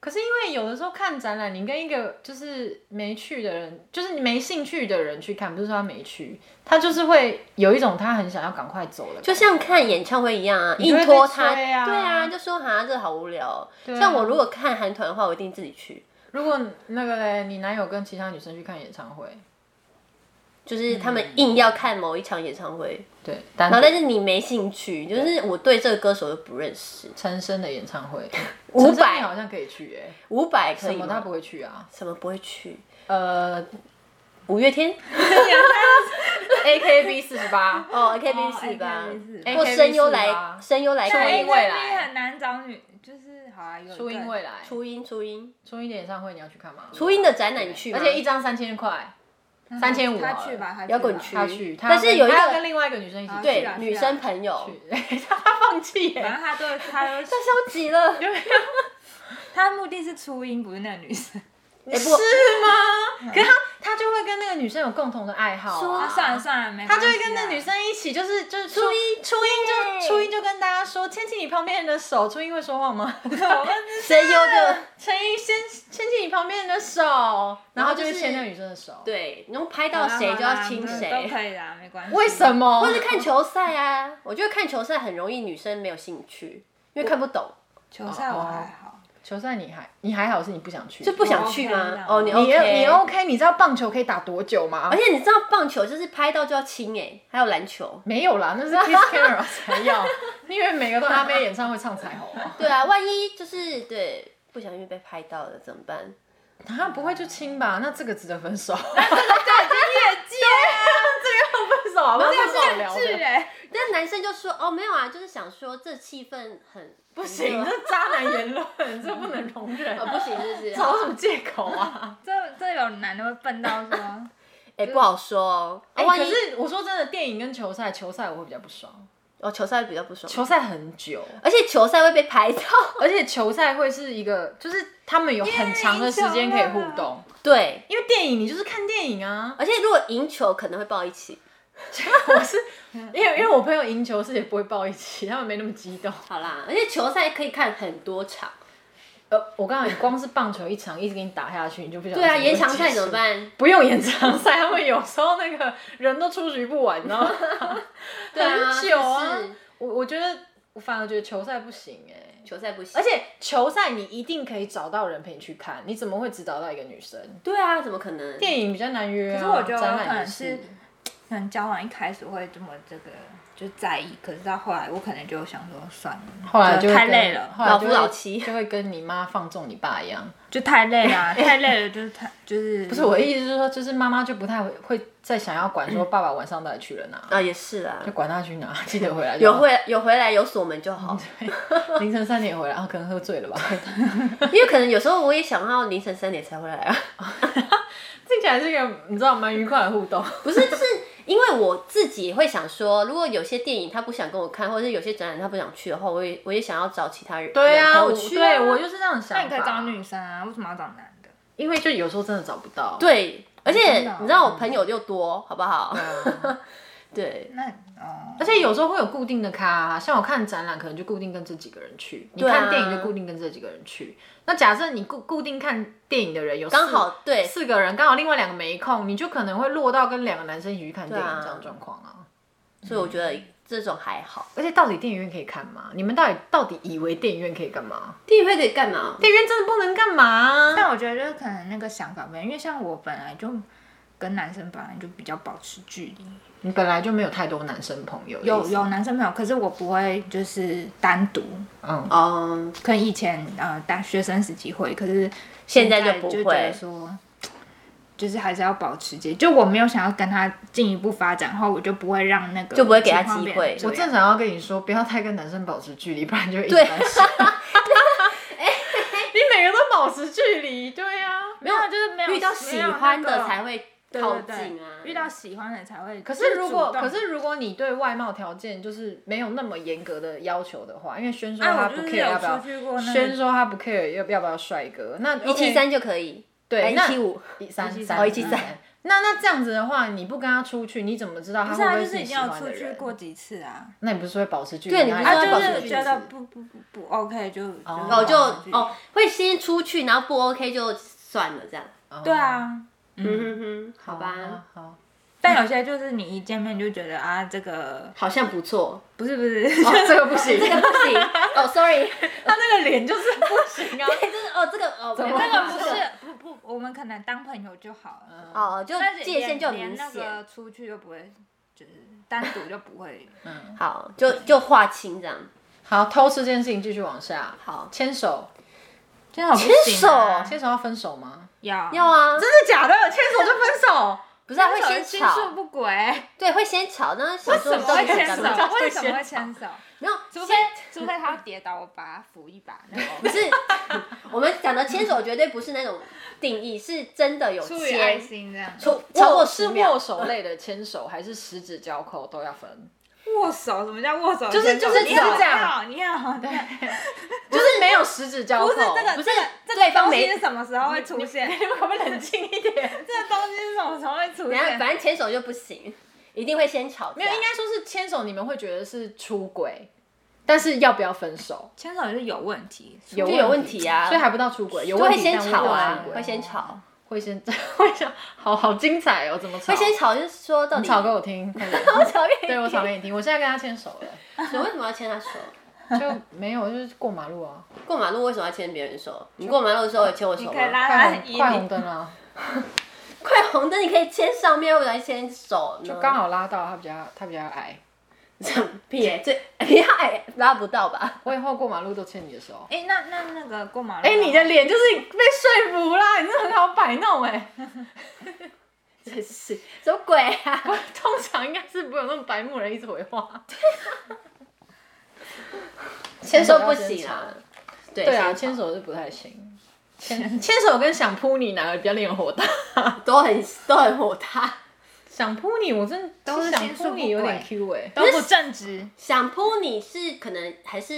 S2: 可是因为有的时候看展览，你跟一个就是没去的人，就是你没兴趣的人去看，不是说他没去，他就是会有一种他很想要赶快走的感觉，
S3: 就像看演唱会一样啊，
S2: 你就
S3: 硬
S2: 会被
S3: 拖他，
S2: 催啊
S3: 对啊，就说哈，这好无聊哦、
S2: 对啊
S3: 像我如果看韩团的话，我一定自己去。
S2: 如果那个嘞，你男友跟其他女生去看演唱会，
S3: 就是他们硬要看某一场演唱会，
S2: 对，单
S3: 然后但是你没兴趣，就是我对这个歌手又不认识，
S2: 陈升的演唱 会，
S3: 伍
S2: 陈升
S3: 佰
S2: 你好像可以去哎、
S3: 伍佰可
S2: 什
S3: 以
S2: 么他
S3: 吗？
S2: 不会去啊？
S3: 什么不会去？
S2: 呃
S3: 五月天
S2: ，A K B 四十八
S3: 哦，AKB 四吧，
S1: AKB48
S3: 或声优来
S2: 48
S3: 声优来
S2: 初
S1: 哎
S2: 音
S3: 开
S2: 未来
S1: 那边很难找女，就是好啊，有一
S2: 初音
S1: 个
S2: 未来，
S3: 初音初音
S2: 初音的演唱会你要去看吗？
S3: 初音的展览你去吗，
S2: 而且一张三千块，三千五
S1: 嗯他
S2: 好了
S1: 去吧，他去
S3: 摇滚
S1: 吧
S3: 区
S2: 他去，他
S3: 但是有一个
S2: 他要跟另外一个女生一起去
S1: 去
S3: 对
S1: 啊
S3: 女生朋友
S2: 去，他放弃耶、
S1: 反正他都他都
S3: 消极了，
S1: 他的目的是初音，不是那个女生。
S3: 哎
S2: 是
S3: 不
S2: 吗？可是他他就会跟那个女生有共同的爱好、
S3: 嗯 说
S1: 啊，
S2: 啊。
S1: 算了算了，没
S2: 他就
S1: 关
S2: 会
S1: 系啊
S2: 跟那
S1: 啦
S2: 女生一起，就是就是初
S3: 音
S2: 初音就
S3: 耶
S2: 初音就跟大家说，牵起你旁边人的手，初音会说话 吗？
S3: 声优就
S2: 陈怡先牵起你旁边人的手，然后就
S3: 就是是
S2: 牵那个女生的手。，
S3: 对，然后拍
S1: 好
S3: 到
S1: 啦
S3: 谁就
S1: 好
S3: 要
S1: 啦
S3: 亲
S1: 都
S3: 谁
S1: 都，可以啦，没关系。
S2: 为什？么？
S3: 或是看球赛啊，我觉得看球赛很容易女生没有兴趣，因为看不懂，
S1: 球赛我还好，
S2: 球赛你还你还好，是你不想去，
S3: 就不想去
S1: 我 OK
S3: 吗
S1: 啦？
S3: 哦，你
S2: 你
S3: OK，哎
S2: 你 OK？你知道棒球可以打多久吗
S3: 而？且你知道棒球就是拍到就要亲哎，还有篮球，
S2: 没有啦，那是 Kiss Camera 才要，因为每个都阿妹演唱会唱彩虹 啊，
S3: 对啊，万一就是对不小心被拍到了怎么办？
S2: 他不会就亲吧？那这个值得分手，分手好不好？
S1: 这
S2: 不好
S1: 是
S2: 聊
S1: 政治
S2: 的，
S1: 哎，
S3: 但男生就说哦没有啊，就是想说这气氛很
S2: 不行，
S3: 很热
S2: 这渣男言论， 这不能容忍，
S3: 哦不行 是不是？
S2: 找什么借口啊？
S1: 这这有男的会笨到 说，
S3: 哎不好说哦，啊
S2: 哎，
S3: 万
S2: 可
S3: 一
S2: 是我说真的，电影跟球赛，球赛我会比较不爽，
S3: 哦球赛比较不爽，
S2: 球赛很 久，
S3: 而且球赛会被拍到，
S2: 而且球赛会是一个，就是他们有很长的时间可以互
S1: 赢球
S2: 动
S1: 了，
S3: 对，
S2: 因为电影你就是看电影啊，
S3: 而且如果赢球可能会抱一起。
S2: 我是因为因为我朋友赢球是也不会抱一起，他们没那么激动。
S3: 好啦，而且球赛可以看很多场。
S2: 呃，我告诉你，光是棒球一场一直给你打下去，你就不想
S3: 对啊，延长赛怎么？办？
S2: 不用延长赛，他们有时候那个人都出局不完，你知道吗？
S3: 对啊，
S2: 很久啊
S3: 是不是
S2: 我我觉得，我反而觉得球赛不行哎、
S3: 球赛不行。
S2: 而且球赛你一定可以找到人陪你去看，你怎么会只找到一个女生？
S3: 对啊，怎么可能？
S2: 电影比较难约、啊，
S1: 可是我觉得
S2: 展
S1: 我可
S2: 览也
S1: 能是，可能交往一开始会这么这个就在意，可是到后来我可能就想说算了，
S2: 后来就会
S1: 太
S2: 跟
S1: 累了，
S2: 后来就会
S3: 老夫老妻
S2: 就会跟你妈放纵你爸一样。
S1: 就太累 了啊，太累了就是太就是
S2: 不是我的意思是说，就是妈妈就不太会会再想要管说爸爸晚上到底去了哪，
S3: 啊，也是啊
S2: 就，管他去哪，记得回来就
S3: 有
S2: 好。
S3: 回有回来有锁门就好，
S2: 凌晨三点回来，啊，可能喝醉了吧？听
S3: 因为可能有时候我也想要凌晨三点才回来啊。
S2: 起来是一个你知道蛮愉快的互动。
S3: 不是，就是因为我自己会想说，如果有些电影他不想跟我看，或者是有些展览他不想去的话，我也我也想要找其他 人
S2: 对啊，
S3: 陪
S2: 我
S3: 我去啊
S2: 对我就是这样想
S1: 那
S2: 法。
S1: 你可以找女生啊，为什么要找男的？
S2: 因为就有时候真的找不到。
S3: 对，而且
S1: 真的哦
S3: 你知道我朋友又多，好不好？
S2: 啊，
S3: 对
S1: 那哦，
S2: 而且有时候会有固定的咖、像我看展览，可能就固定跟这几个人去；你
S3: 对啊
S2: 看电影就固定跟这几个人去。那假设你固固定看电影的人有四
S3: 刚好对
S2: 四个人，刚好另外两个没空，你就可能会落到跟两个男生一起去看电影、
S3: 对啊
S2: 这样的状况啊。
S3: 所以我觉得这种还好。
S2: 而且到底电影院可以看吗？你们到底到底以为电影院可以干嘛？
S3: 电影会可以干嘛？
S2: 电影院真的不能干 嘛、
S1: 但我觉得就是可能那个想法不一样，因为像我本来就跟男生本来就比较保持距离，
S2: 你本来就没有太多男生朋友，
S1: 有
S2: 意思
S1: 有，男生朋友，可是我不会就是单独，
S2: 嗯，
S3: 嗯，
S1: 可能以前呃大学生时期会，可是
S3: 现在
S1: 在
S3: 就不
S1: 觉
S3: 会
S1: 得说。就是还是要保持接，就我没有想要跟他进一步发展的话，我就不会让那个
S3: 就不会给他
S1: 情况变
S3: 机会
S1: 这
S2: 我
S1: 样
S2: 正想要跟你说，不要太跟男生保持距离，不然就会一直
S3: 对
S2: 单身。 你每个都保持距离，对呀、啊。
S1: 没有就是没有
S3: 遇到喜欢的才
S1: 会
S3: 会靠
S1: 靠
S3: 近啊。
S1: 遇到喜欢的才会。
S2: 可
S1: 可
S2: 是如果可是如果你对外貌条件就是没有那么严格的要求的话，因为轩说
S1: 哎
S2: 他
S1: 我
S2: 不
S1: 就是
S2: care
S1: 有
S2: 要不要
S1: 出去过，那个
S2: 轩说他不 care 要不要不要帅哥，那
S3: 一七
S2: OK，
S3: 三就可以，哎
S2: 对，
S3: 一
S2: 那
S3: 七五
S2: 一三
S1: 哦
S2: 三
S1: 一七
S3: 三。
S2: 嗯那那这样子的话，你不跟他出去，你怎么知道他
S1: 不
S2: 会
S1: 是啊，
S2: 会
S1: 就是是
S2: 你
S1: 已
S2: 喜
S1: 经有
S2: 欢
S1: 出
S2: 的
S1: 去
S2: 人？
S1: 过几次啊。
S2: 那你不是会保持距离？
S3: 对你
S2: 那
S3: 不
S2: 还
S3: 是
S1: 啊，
S3: 要保
S1: 就
S3: 持
S1: 是
S3: 距
S1: 觉
S3: 离
S1: 得不不不不 OK 就
S2: 哦
S3: 哦，就
S1: 保持距离
S3: 哦，会先出去，然后不 OK 就算了，这样。
S2: 哦
S1: 对，啊，
S3: 嗯
S1: 嗯，啊
S3: 哼哼，好吧，，
S2: 好 好。
S1: 但有些就是你一见面就觉得啊，这个
S3: 好像不错。
S1: 不是不是，
S2: 哦，这个不行，
S3: 这个不行， 哦，sorry，
S2: 他那个脸就是不行啊。
S3: 这个哦，这个哦，
S2: 怎么
S3: 没办法
S2: 了
S1: 这个不是不不，我们可能当朋友就好了，
S3: 哦，就
S1: 但是
S3: 界限
S1: 连
S3: 就很
S1: 连
S3: 明
S1: 那
S3: 显。
S1: 个出去就不会，就是单独就不会。
S3: 嗯好，就就划清这样。
S2: 好，偷吃这件事情继续往下。
S3: 好
S2: 牵手，
S1: 真的不
S3: 牵
S1: 行啊、
S3: 手
S2: 牵手要分手吗？
S1: 要
S3: 要啊，
S2: 真的假的？牵手就分 手？
S3: 不是啊
S1: 牵手是
S3: 会先
S1: 心
S3: 吵，
S1: 术不轨，为
S3: 对，会先吵，那想说
S1: 什
S3: 你
S1: 么
S3: 到
S1: 会
S3: 底
S1: 牵
S3: 想
S1: 手？
S3: 干嘛？
S1: 为什么会牵手？
S3: 没有，
S1: 除非除非他要跌倒，我把他扶一 把那
S3: 不
S1: 种。
S3: 是 我们讲的牵手，绝对不是那种定义，是真的有
S1: 出于爱
S3: 牵，
S1: 心这样，
S3: 超超
S2: 握
S3: 过
S2: 是
S3: 十
S2: 握
S3: 秒。
S2: 手类的牵手，还是十指交扣都要分？
S1: 握手，什么叫握手？
S2: 就是就是
S1: 你好
S2: 就是这样，
S1: 你好，你好对， 哦
S2: 就是没有十指交扣，
S1: 不是这个，
S3: 不是
S1: 这个这
S3: 对
S1: 个
S3: 方
S1: 东
S3: 没
S1: 西是什么时候会出现？
S2: 你们可不可以冷静一点？
S1: 这个东西是什么时候会出
S3: 等一下，
S1: 现？
S3: 反正牵手就不行，一定会先吵架。
S2: 没有，应该说是牵手，你们会觉得是出轨，但是要不要分手？
S1: 牵手是有问题，
S2: 有
S3: 就有问题啊，
S2: 所以还不到出轨，有
S3: 就
S2: 问
S3: 会
S2: 题
S3: 先
S2: 但
S3: 吵
S2: 未
S3: 啊
S2: 到出，轨
S3: 会先吵，
S2: 会先 会先，好好精彩哦！怎么吵？
S3: 会先吵，就是说到
S2: 你
S3: 底
S2: 吵给 我听，快点
S3: 我吵给你
S2: 对我吵给你听。我现在跟他牵手了，
S3: 你为什么要牵他手？
S2: 就没有，就是过马路啊，
S3: 过马路为什么要牵别人手？你过马路的时候有牵我手
S1: 你
S3: 吗？
S1: 可以拉
S2: 快
S1: 拉
S2: 红
S1: 衣
S2: 快红
S1: 领，
S2: 灯啊，
S3: 快红灯，你可以牵上面，为什么要牵手呢？
S2: 就 刚好拉到他比较他比较矮，
S3: 屁耶，最你还拉不到吧？
S2: 我以后过马路都牵你的手。
S1: 哎，那那那个过马路，啊
S2: 哎、你的脸就是被说服啦，你这很好摆弄哎、
S3: 真是什么鬼啊！
S2: 我 通常应该是不会有那种白目人一直回话。
S3: 牵手不行啊，对
S2: 对啊，
S3: 牵
S2: 牵手是不太行。牵 牵手跟想扑你哪个比较令人火大？
S3: 都很都很火大，
S2: 想扑你，我真的
S1: 都是
S2: 想
S1: 心术
S2: 扑你有点
S1: 不
S2: Q 哎、
S1: 都不正直，
S3: 想扑你是可能还是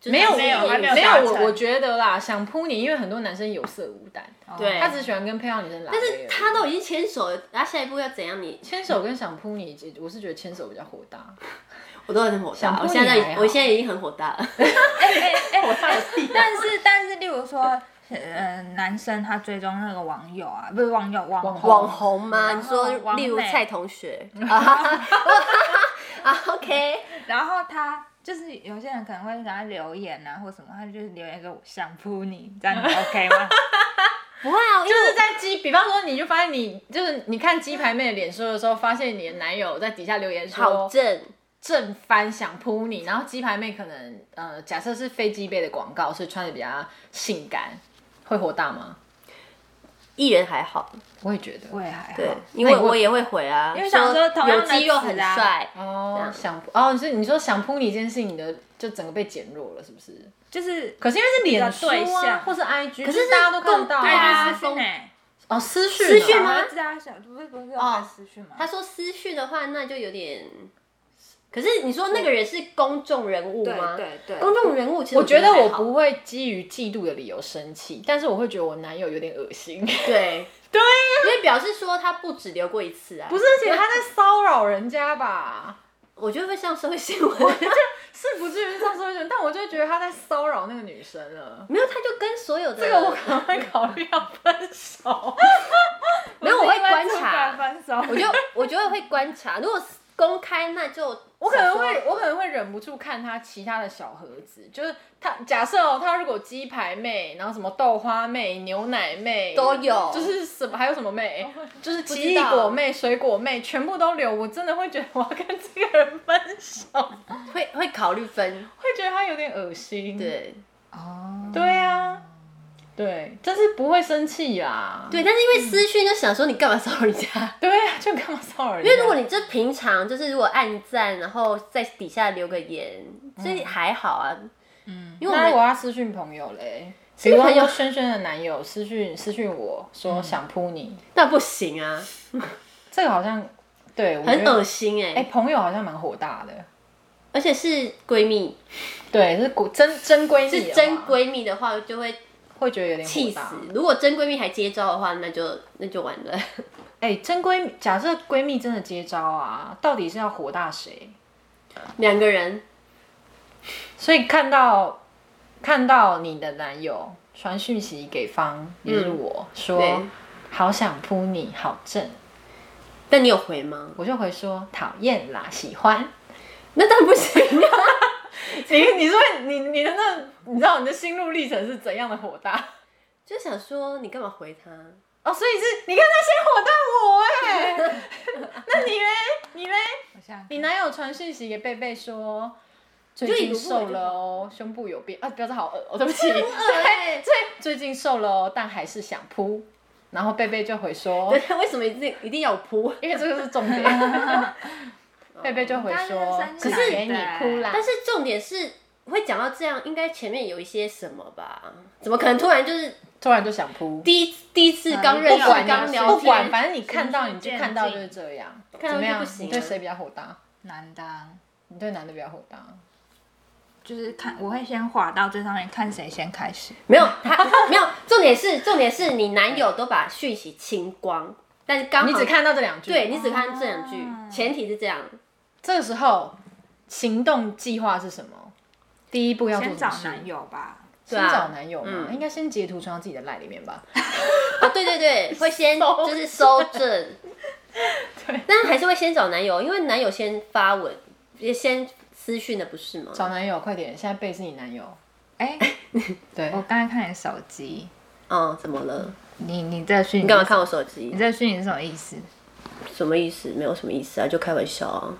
S3: 就是
S2: 没有
S3: 还是
S1: 没有还没有
S2: 没有
S1: 达
S2: 我
S1: 成
S2: 我觉得啦，想扑你，因为很多男生有色无胆，
S3: 对
S2: 他只喜欢跟漂亮女生拉。
S3: 但是他都已经牵手了，然后下一步要怎样你？
S2: 牵手跟想扑你，我是觉得牵手比较火 大。
S3: 我都很火
S2: 想
S3: 大，
S2: 扑
S3: 我
S2: 你
S3: 现
S2: 还
S3: 在
S2: 好
S3: 我现在已经很火大了。
S1: 哎哎哎，但是但是，例如说，呃，男生他追踪那个网友啊，不是网友网红
S3: 网红吗？
S1: 然
S3: 你
S1: 后
S3: 说，
S1: 王
S3: 例如
S1: 美
S3: 蔡同学啊 啊，OK，
S1: 然后他就是有些人可能会给他留言啊或什么，他就是留言说我想扑你，这样 你 OK 吗？
S3: 不会啊，因
S2: 就
S3: 为
S2: 是在鸡，比方说，你就发现你就是你看鸡排妹的脸书的时候，发现你的男友在底下留言
S3: 我好
S2: 说
S3: 正，
S2: 正翻想扑你，然后鸡排妹可能呃，假设是飞机杯的广告，所以穿的比较性感，会火大吗？
S3: 艺人还好，
S2: 我也觉得。
S1: 我也还好哎
S3: 对，因为
S2: 那你会
S3: 我也会回啊，
S1: 因为想说同样
S3: 有
S1: 的
S3: 肌肉
S1: 词
S3: 很
S1: 啊
S3: 帅，
S2: 哦，想扑哦，是你说想扑你这件事，你的就整个被减弱了，是不是？
S1: 就是
S2: 可是因为是脸
S1: 你的对
S2: 书啊，
S1: 象
S2: 或是 IG，可
S3: 是是
S2: 大家都看得到
S3: 对啊
S2: 啊。
S1: 私讯哎，
S2: 哦，私讯
S3: 私
S2: 啊
S3: 讯吗
S1: 我知道小不是不是有发私讯吗？
S3: 他说私讯的话，那就有点。可是你说那个人是公众人物
S1: 对
S3: 吗？
S1: 对对，
S3: 公众人物其实
S2: 我觉得我
S3: 还好
S2: 不会基于嫉妒的理由生气，但是我会觉得我男友有点恶心。
S3: 对对、因为表示说他不止留过一次啊。
S2: 不是，，而且他 在骚扰人家吧？
S3: 我觉得会上社会 新闻，
S2: 是不至于上社会人，但我就会觉得他在骚扰那个女生了。
S3: 没有他就跟所有的
S2: 这个我可能会考虑要分手。
S3: 没有我会
S1: 因为
S3: 观
S1: 出轨
S3: 察，
S1: 分手，
S3: 我就我觉得会观察，如果是公开那就
S2: 我可能
S3: 想
S2: 会，
S3: 说
S2: 我可能会忍不住看他其他的小盒子，就是他假设哦，他如果鸡排妹，然后什么豆花妹、牛奶妹
S3: 都，有，
S2: 就是什么还有什么 妹，就是
S3: 不知道
S2: 奇异果妹、水果妹，全部都留，我真的会觉得我要跟这个人分手，会
S3: 会会考虑分，
S2: 觉得他有点恶心。，
S3: 对
S1: 哦，
S2: 对啊，对，但是不会生气啦。
S3: 对，但是因为私讯就想说你干嘛骚扰人家？
S2: 对啊，就干嘛骚扰人家？
S3: 因为如果你这平常就是如果按赞，然后在底下留个言，这还好啊。嗯，因为我
S2: 那
S3: 们
S2: 我要私讯朋友嘞，比
S3: 讯
S2: 如
S3: 朋友
S2: 说轩轩的男友私讯私讯我说想扑你，
S3: 那不行啊，
S2: 这个好像对我
S3: 很恶
S2: 心。
S3: 心哎、
S2: 哎、朋友好像蛮火大的，
S3: 而且是闺蜜，
S2: 对，是古真真闺蜜
S3: 是
S2: 的话，
S3: 真闺蜜的话就会
S2: 会觉得有点
S3: 气
S2: 啊火
S3: 死
S2: 大。。
S3: 如果真闺蜜还接招的话，那就那就完了。
S2: 哎、真闺蜜，假设闺蜜真的接招啊，到底是要火大谁？
S3: 两个人
S2: 所以看到看到你的男友传讯息给方，也就是我、
S3: 对
S2: 说，好想扑你，好正，
S3: 但你有回吗？
S2: 我就回说讨厌啦，喜 欢。
S3: 那当然不行 啊！
S2: 你你说你你的那你知道你的心路历程是怎样的火大？
S3: 就想说你干嘛回他？
S2: 哦，所以是你看他先火到我哎、 那你嘞？你嘞？
S1: 我想
S2: 你男友传讯息给贝贝说，最
S3: 就
S2: 近
S3: 一路
S2: 瘦
S3: 我就
S2: 了哦，胸部有变啊，不要再好恶哦，对不起，
S3: 哎、
S2: 最最近瘦了哦，但还是想扑。然后贝贝就回说
S3: 对，，为什么一定一定要有 扑？
S2: 因为这个是重点。贝贝就回
S3: 哦
S1: 当
S2: 说
S1: 然，
S2: 只
S1: 是三
S2: 是给
S1: 个
S2: 你
S1: 人
S2: 扑啦
S3: 但。是重点是会讲到这样，应该前面有一些什么吧？怎么可能突然就是
S2: 突然就想扑，
S3: 第一第一次刚认
S2: 不
S3: 识、
S2: 管
S3: 刚
S2: 你
S3: 聊
S2: 不管，
S3: 天，
S2: 反正你看到
S1: 循
S2: 你
S1: 序
S2: 就
S1: 渐
S2: 看到就
S1: 进
S2: 是这样，怎
S3: 看到
S2: 么
S3: 就
S2: 样？
S3: 不行
S2: 你对
S3: 了
S2: 谁比较火大？
S1: 难当，
S2: 你对男的比较火大。
S1: 就是看我会先滑到最上面，看谁先开始。
S3: 没有他 没有。重点是重点是你男友都把讯息清光，但是刚好
S2: 你只看到这两句，
S3: 对你只看这两句，
S1: 哦
S3: 前提是这样。
S2: 这个时候行动计划是什么？第一步要做
S1: 先
S2: 什么
S1: 找
S2: 事
S1: 男，友吧，
S2: 先
S3: 对啊
S2: 找男友嘛，
S3: 嗯
S2: 应该先截图传到自己的赖里面吧。
S3: 啊，对 对对，会先
S2: 搜
S3: 就是收证，
S2: 对，
S3: 但还是会先找男友，因为男友先发文，也先私讯的不是吗？
S2: 找男友，快点！现在背是你男友，
S1: 哎、
S2: 对
S3: 哦
S1: 我刚才看你手机，
S3: 嗯，怎么了？
S1: 你你这个讯息
S3: 你干嘛看我手机
S1: 你？这个讯息是什么意思？
S3: 什么意思？没有什么意思啊，就开玩笑啊。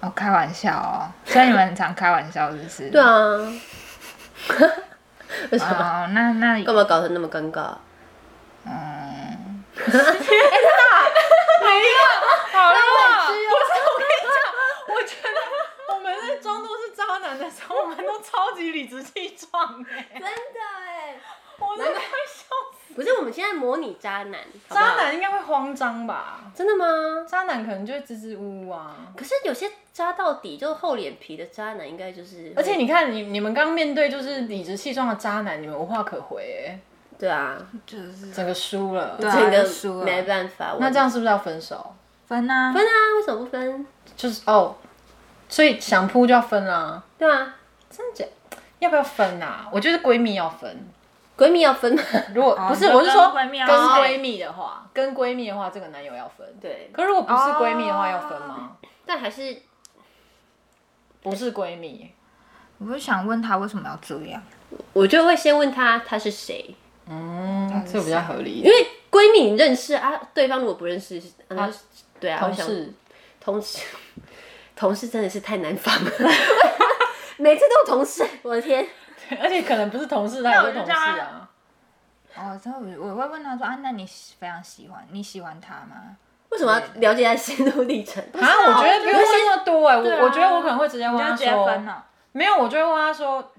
S1: 我、开玩笑哦，所以你们很常开玩笑，是不是？
S3: 对啊， 为什么？
S2: 啊
S1: 哦，那那
S3: 干嘛搞得那么尴尬？
S1: 嗯，
S3: 哎啊
S2: 好了，不是我跟你讲，我觉得 我们在装作是渣男的时候，我们都超级理直气壮哎，
S3: 真的哎，
S2: 我真的会笑死。
S3: 不是我们现在模拟渣男，好不好
S2: 渣男应该会慌张吧？
S3: 真的吗？
S2: 渣男可能就会支支吾吾啊。
S3: 可是有些渣到底，就是厚脸皮的渣男，应该就是，
S2: 而且你看，你你们刚面对就是理直气壮的渣男，你们无话可回、哎，
S3: 对啊，
S1: 就是
S2: 整个输了。
S1: 对啊
S3: 这
S1: 就输
S3: 个
S1: 了
S3: 没办法。我
S2: 那这样是不是要分手？
S1: 分啊，
S3: 分啊？为什么不分？
S2: 就是哦，所以想扑就要分啊，
S3: 对啊，
S2: 真假？要不要分啊？我觉得闺蜜要分。
S3: 闺蜜要分吗？
S2: 如果、
S1: 哦
S2: 不是，
S1: 你说
S2: 我是说
S1: 跟闺蜜要
S2: 跟
S1: 分
S2: 闺蜜啊的话，跟闺蜜的话，这个男友要分。
S3: 对，
S2: 可如果不是闺蜜的话，要分吗？
S3: 但还是
S2: 不是闺蜜，
S1: 我就想问他为什么要这样？
S3: 我就会先问他他是谁，
S2: 嗯，这个比较合理一
S3: 因
S2: 点。
S3: 为闺蜜你认识啊，对方如果不认识，啊
S2: 啊
S3: 那对啊，
S2: 同
S3: 我想
S2: 事，
S3: 同事，同事真的是太难防了， 每次都有同事，我的天，
S2: 而且可能不是同事，他
S1: 那
S2: 也
S1: 我
S2: 是
S1: 就
S2: 同事
S1: 叫他
S2: 啊。
S1: 哦，之后我会问他说啊，那你喜非常喜欢，你喜欢他吗？
S3: 为什么要了解他心路历程？
S2: 啊，我觉得不用问那么多哎、
S1: 对啊
S2: 我我觉得我可能会直接问啊
S1: 你
S2: 他
S1: 就直接分
S2: 说，
S1: 了。
S2: 没有，我就会问他说，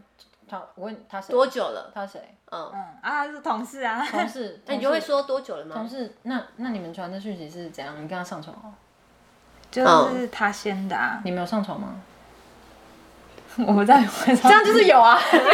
S2: 他我问他谁？
S3: 多久了？
S2: 他 谁？
S3: 嗯，
S1: 嗯啊，是同事啊，
S2: 同事？
S3: 那你就会
S2: 同事
S3: 说多久了吗
S2: 同？事，那那你们传的讯息是怎样？你跟他上床哦？
S1: 就是他先的啊，
S2: 你没有上床吗？
S1: 我不在会这
S2: 哦这样就是有啊， 沉默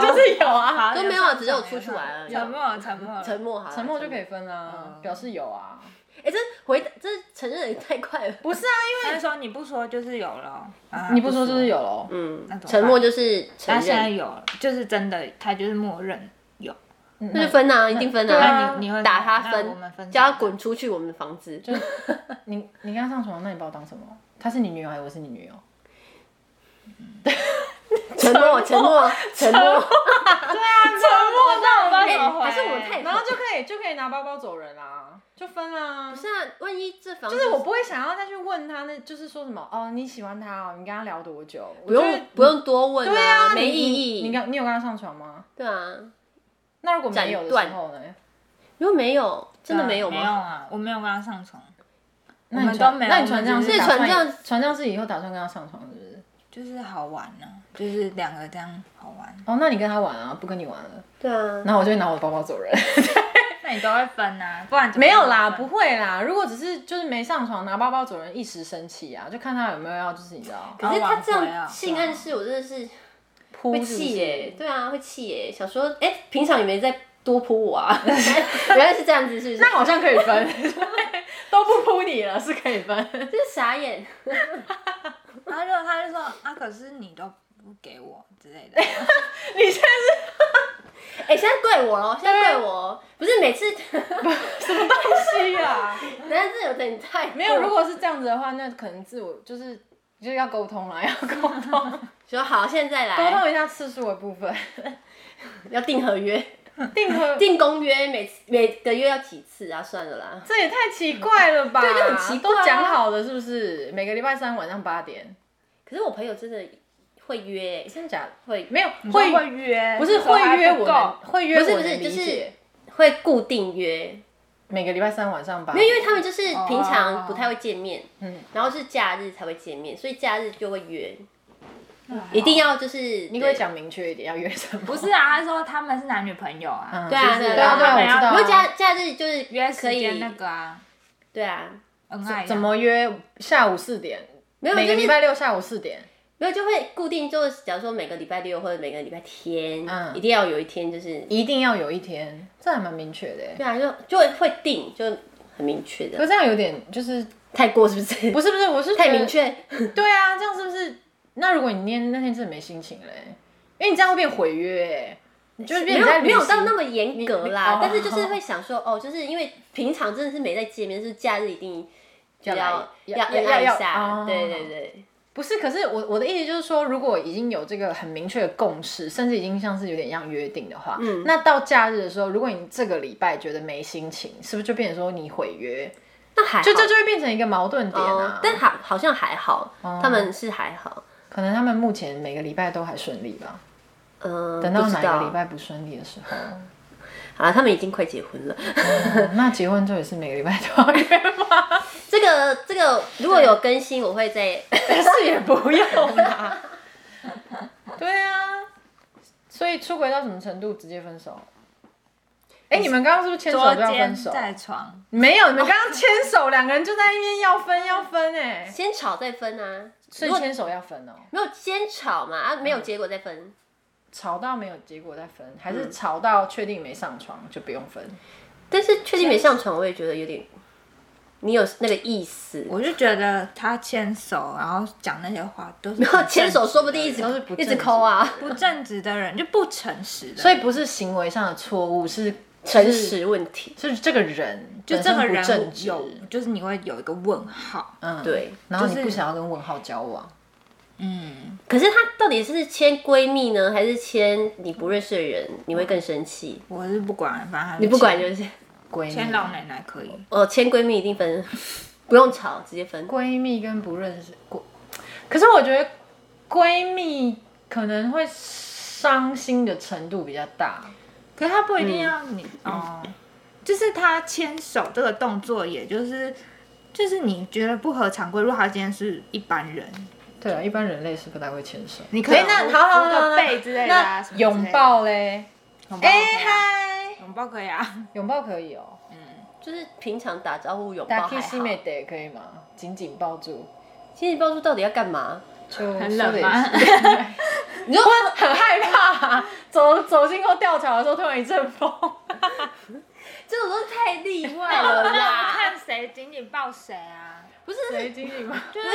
S2: 就是有啊，
S3: 都没有啊只有出去玩而已
S1: 沉默，沉默，
S3: 沉。默好了，
S2: 沉默就可以。分啦
S1: 嗯，
S2: 表示有啊。
S3: 哎、这回答这承认的也太快了。
S2: 不是啊，因
S1: 但是说你不说就是有了，啊
S2: 为你不说就是有喽。
S3: 嗯
S1: 那怎么办
S3: 沉默就是承
S1: 他现在
S3: 认，
S1: 有了，就是真的，他就是默认有。
S3: 那就分啊，一定分
S2: 对啊
S3: 啊。
S1: 那你你会
S3: 打他
S1: 那我们
S3: 分，
S1: 分手
S3: 叫他滚出去我们的房子。
S2: 就你你跟他上床，那你把我当什么？他是你女友还是我是你女友？
S3: 沉 默，沉默，
S2: 沉
S3: 沉默。
S2: 默到
S1: 那
S3: 哎
S1: 怎么回
S3: 还是我们太
S1: 嗯
S2: 然后就可以就可以拿包包走人啦，就分啦。
S3: 不是啊，万一这房子
S2: 就是我不会想要再去问他，那就是说什么哦，你喜欢他哦，你跟他聊多久？不
S3: 不用不用多问啊
S2: 对啊，
S3: 没
S2: 你
S3: 意
S2: 你
S3: 义
S2: 你。跟你有跟他上床吗？
S3: 对啊，
S2: 那如果没有
S3: 斩
S2: 的
S3: 断
S2: 时候呢？
S3: 如果没有，真的没有
S1: 没有
S3: 吗？
S1: 啊，我没有跟他上床，
S2: 那
S1: 我
S2: 你
S1: 们
S2: 传
S1: 都没有
S2: 那你传这样
S1: 我
S2: 是
S1: 们只
S2: 打
S1: 是
S2: 算
S3: 所以传这样
S2: 传这样是以后打算跟他上床是不是？
S1: 就是好玩呢、就是两个这样好玩。
S2: 哦，那你跟他玩啊，不跟你玩了，
S3: 对啊，
S2: 然后我就会拿我的包包走人。
S1: 那你都会分啊，不然怎么
S2: 没有啦，
S1: 会分
S2: 不会啦。如果只是就是没上床拿包包走人，一时生气啊，就看他有没有要，就是你知 道
S3: 可是他这
S1: 然后挽回啊
S3: 样性暗示，我真的是
S2: 扑
S3: 会
S2: 是不是
S3: 气耶。对啊，会气耶，想说哎、平常也没在多扑我 啊，原来是这样子，是不是？
S2: 那好像可以分， 都不扑你了，是可以分。
S3: 真是傻眼。
S1: 然后就他就说啊，可是你都不给我之类 的，
S2: 你现在
S3: 哎、现在怪我喽，现
S2: 啊
S3: 在怪我哦，不是每次，
S2: 是什么东西啊？
S3: 男生有点太
S2: 没有，如果是这样子的话，那可能自我就是就是要沟通啦， 要沟通，
S3: 说好，现在
S2: 沟
S3: 来哎
S2: 通一下次数的部分。
S3: 要订合约，
S2: 订 婚
S3: 订公约每次每个月要几次啊？算了啦，
S2: 这也太奇怪了吧？
S3: 对就很奇怪啊
S2: 都讲好了是不是？每个礼拜三晚上八点，
S3: 可是我朋友真的会约、欸，
S2: 真的假的？
S3: 会
S2: 没有
S1: 会
S2: 会
S1: 会约，
S2: 不是
S1: 有时候还
S2: 会约
S1: 不
S2: 我
S1: 够
S2: 能，会约
S3: 不是
S2: 我
S3: 不是
S2: 能理
S3: 就是
S2: 解
S3: 会固定约，
S2: 每个礼拜三晚上八
S3: 没有，
S2: 点，
S3: 因为他们就是平常不太会见面，
S2: 哦嗯
S3: 然后是假日才会见面，所以假日就会约，
S1: 嗯
S3: 一定要就是你
S2: 你可以讲明确一点要约什么？
S1: 不是啊？他说他们是男女朋友啊，
S2: 嗯，
S3: 对啊
S2: 就是
S3: 对啊
S2: 对啊对啊，
S1: 他们
S2: 我知
S1: 要
S2: 道
S3: 如
S2: 啊。
S3: 果假假日就是
S1: 约时
S3: 可以
S1: 间那个啊，
S3: 对啊，
S1: 恩爱啊
S2: 怎么约？下午四点，
S3: 没有
S2: 每个
S3: 就
S2: 礼
S3: 是
S2: 拜六下午四点。
S3: 没有就会固定，就是假如说每个礼拜六或者每个礼拜天，
S2: 嗯
S3: 一定要有一天就是
S2: 一定要有一天，这还蛮明确的耶。
S3: 对啊，就就会会定，就很明确
S2: 可
S3: 的，
S2: 这样有点就是
S3: 太过是不是？
S2: 不是不是，我是
S3: 太
S2: 觉得
S3: 明。确，
S2: 对啊，这样是不是？那如果你念那天真的没心情嘞，因为你这样会变毁约耶，你就是
S3: 没
S2: 变你在
S3: 有没有到那
S2: 么
S3: 么严格
S2: 你
S3: 啦
S2: 哦，
S3: 但是就是会想说，哦，就是因为平常真的是没在见面，就是假日一定
S2: 要
S3: 要要要
S2: 要
S3: 一
S2: 要
S3: 下
S2: 哦，
S3: 对对对，
S2: 不是？可是我我的意思就是说，如果已经有这个很明确的共识，甚至已经像是有点像约定的话，嗯，那到假日的时候，如果你这个礼拜觉得没心情，是不是就变成说你毁约？
S3: 那还好
S2: 就这就会变成一个矛盾点
S3: 哦
S2: 啊。，哦
S3: 但好好像还好，他们是还好，
S2: 可能他们目前每个礼拜都还顺利吧，
S3: 嗯，
S2: 等到
S3: 不知
S2: 哪
S3: 道
S2: 个礼拜不顺利的时候。
S3: 好啦，他们已经快结婚了。
S2: 哦那结婚之后也是每个礼拜都要约吗？
S3: 这个这个如果有更新，我会再
S2: 但是也不用啊啦。 对啊，所以出轨到什么程度直接分手？哎、你们刚刚是不是牵手
S1: 捉
S2: 就要
S1: 奸
S2: 分手？
S1: 在哦床，
S2: 没有，你们刚刚牵手，两个人就在那边要分要分哎、
S3: 先吵再分啊。
S2: 所以牵手要分哦、
S3: 没有先吵嘛啊，没有结果再分。
S2: 吵到没有结果再分，还
S1: 嗯
S2: 是吵到确定没上床就不用分？
S3: 但是确定没上床，我也觉得有点，你有那个意思。
S1: 我就觉得他牵手，然后讲那些话都是
S3: 然后
S1: 不
S3: 牵手
S1: 正直
S3: 说不定一直
S2: 都是不
S3: 一直
S2: 正直
S3: 抠啊，
S1: 不正直的人，就不诚实的人，
S2: 所以不是行为上的错误，是
S3: 诚，实问题。
S2: 是是这个人
S1: 就这个
S2: 本身不
S1: 人
S2: 正直
S1: 有，就是你会有一个问号，
S2: 嗯，
S3: 对
S2: 然后
S1: 就
S2: 你
S1: 是
S2: 不想要跟问号交往，
S1: 嗯，
S3: 可是他到底是牵闺蜜呢，还是牵你不认识的人？你会更生气。
S1: 我是不管，反正
S3: 你不管
S1: 就
S3: 就是
S2: 闺蜜
S1: 牵老奶奶可以，
S3: 哦，牵闺蜜一定分， 不用吵，直接分。
S2: 闺蜜跟不认识闺，可是我觉得闺蜜可能会伤心的程度比较大。
S1: 可是他不一定要
S2: 嗯
S1: 你、哦，就是他牵手这个动作，也就是就是你觉得不合常规，如果他今天是一般人，
S2: 对啊，一般人类是不太会牵手。
S1: 你可以
S2: 哎，那
S1: 扶
S2: 好好
S1: 扶
S2: 好，
S1: 个
S2: 好
S1: 背之类的啊
S2: 那
S1: 什么之类的
S2: 拥抱嘞？
S1: 拥抱 可
S2: 哎
S3: 哦
S1: 以啊，
S2: 嗨，
S1: 拥抱可以啊，
S2: 拥抱可以哦，
S3: 就是平常打招呼、拥抱
S2: 打
S3: 还
S2: kiss
S3: 好。
S2: 妹得可以吗？紧紧抱住，
S3: 亲戚抱住到底要干嘛？
S2: 就
S1: 很
S2: 说得
S1: 冷
S2: 也
S1: 吗
S2: 是？ 你就会很害怕啊，走走经过吊桥的时候，突然一阵 风，
S3: 这种都太例外了
S1: 那
S3: 啦！
S1: 看谁紧紧抱谁啊，
S3: 不是，
S2: 谁经历 吗？
S1: 就是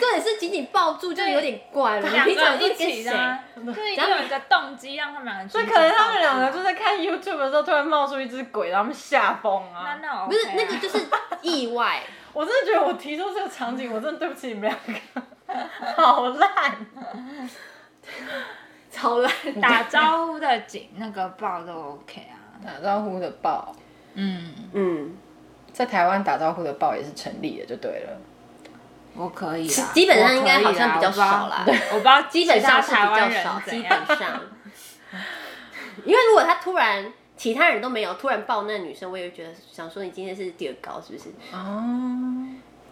S3: 重点是紧紧抱住就有点怪了。
S1: 两
S3: 平
S1: 个
S3: 常
S1: 人
S3: 都
S1: 一
S3: 是跟
S1: 起
S3: 谁
S1: 的？啊，就是一定有一个动机让他们两个紧
S2: 所以
S1: 紧抱
S2: 可
S1: 住啊，
S2: 能他们两个就在看 YouTube 的时候，突然冒出一只鬼，然后他们吓疯
S1: 那
S2: 啊！
S1: 那我
S3: 不是那个就是意外，
S2: 我真的觉得我提出这个场景，我真的对不起你们两个，好烂。
S3: 超烂。
S1: 打招呼的紧，那个抱都 OK 啊。
S2: 打招呼的抱，
S1: 嗯，
S3: 嗯，
S2: 在台湾打招呼的抱也是成立的，就对了。
S1: 我可以啊。
S3: 基本上应该好像比较少 啦
S1: 我可以我不知道
S3: 基本上
S1: 其
S3: 是
S1: 他台
S3: 比较
S1: 湾人
S3: 少，
S1: 怎
S3: 基
S1: 样。
S3: 本上。因为如果他突然其他人都没有，突然抱那女生，我也会觉得想说你今天是第二高是不是？
S2: 哦，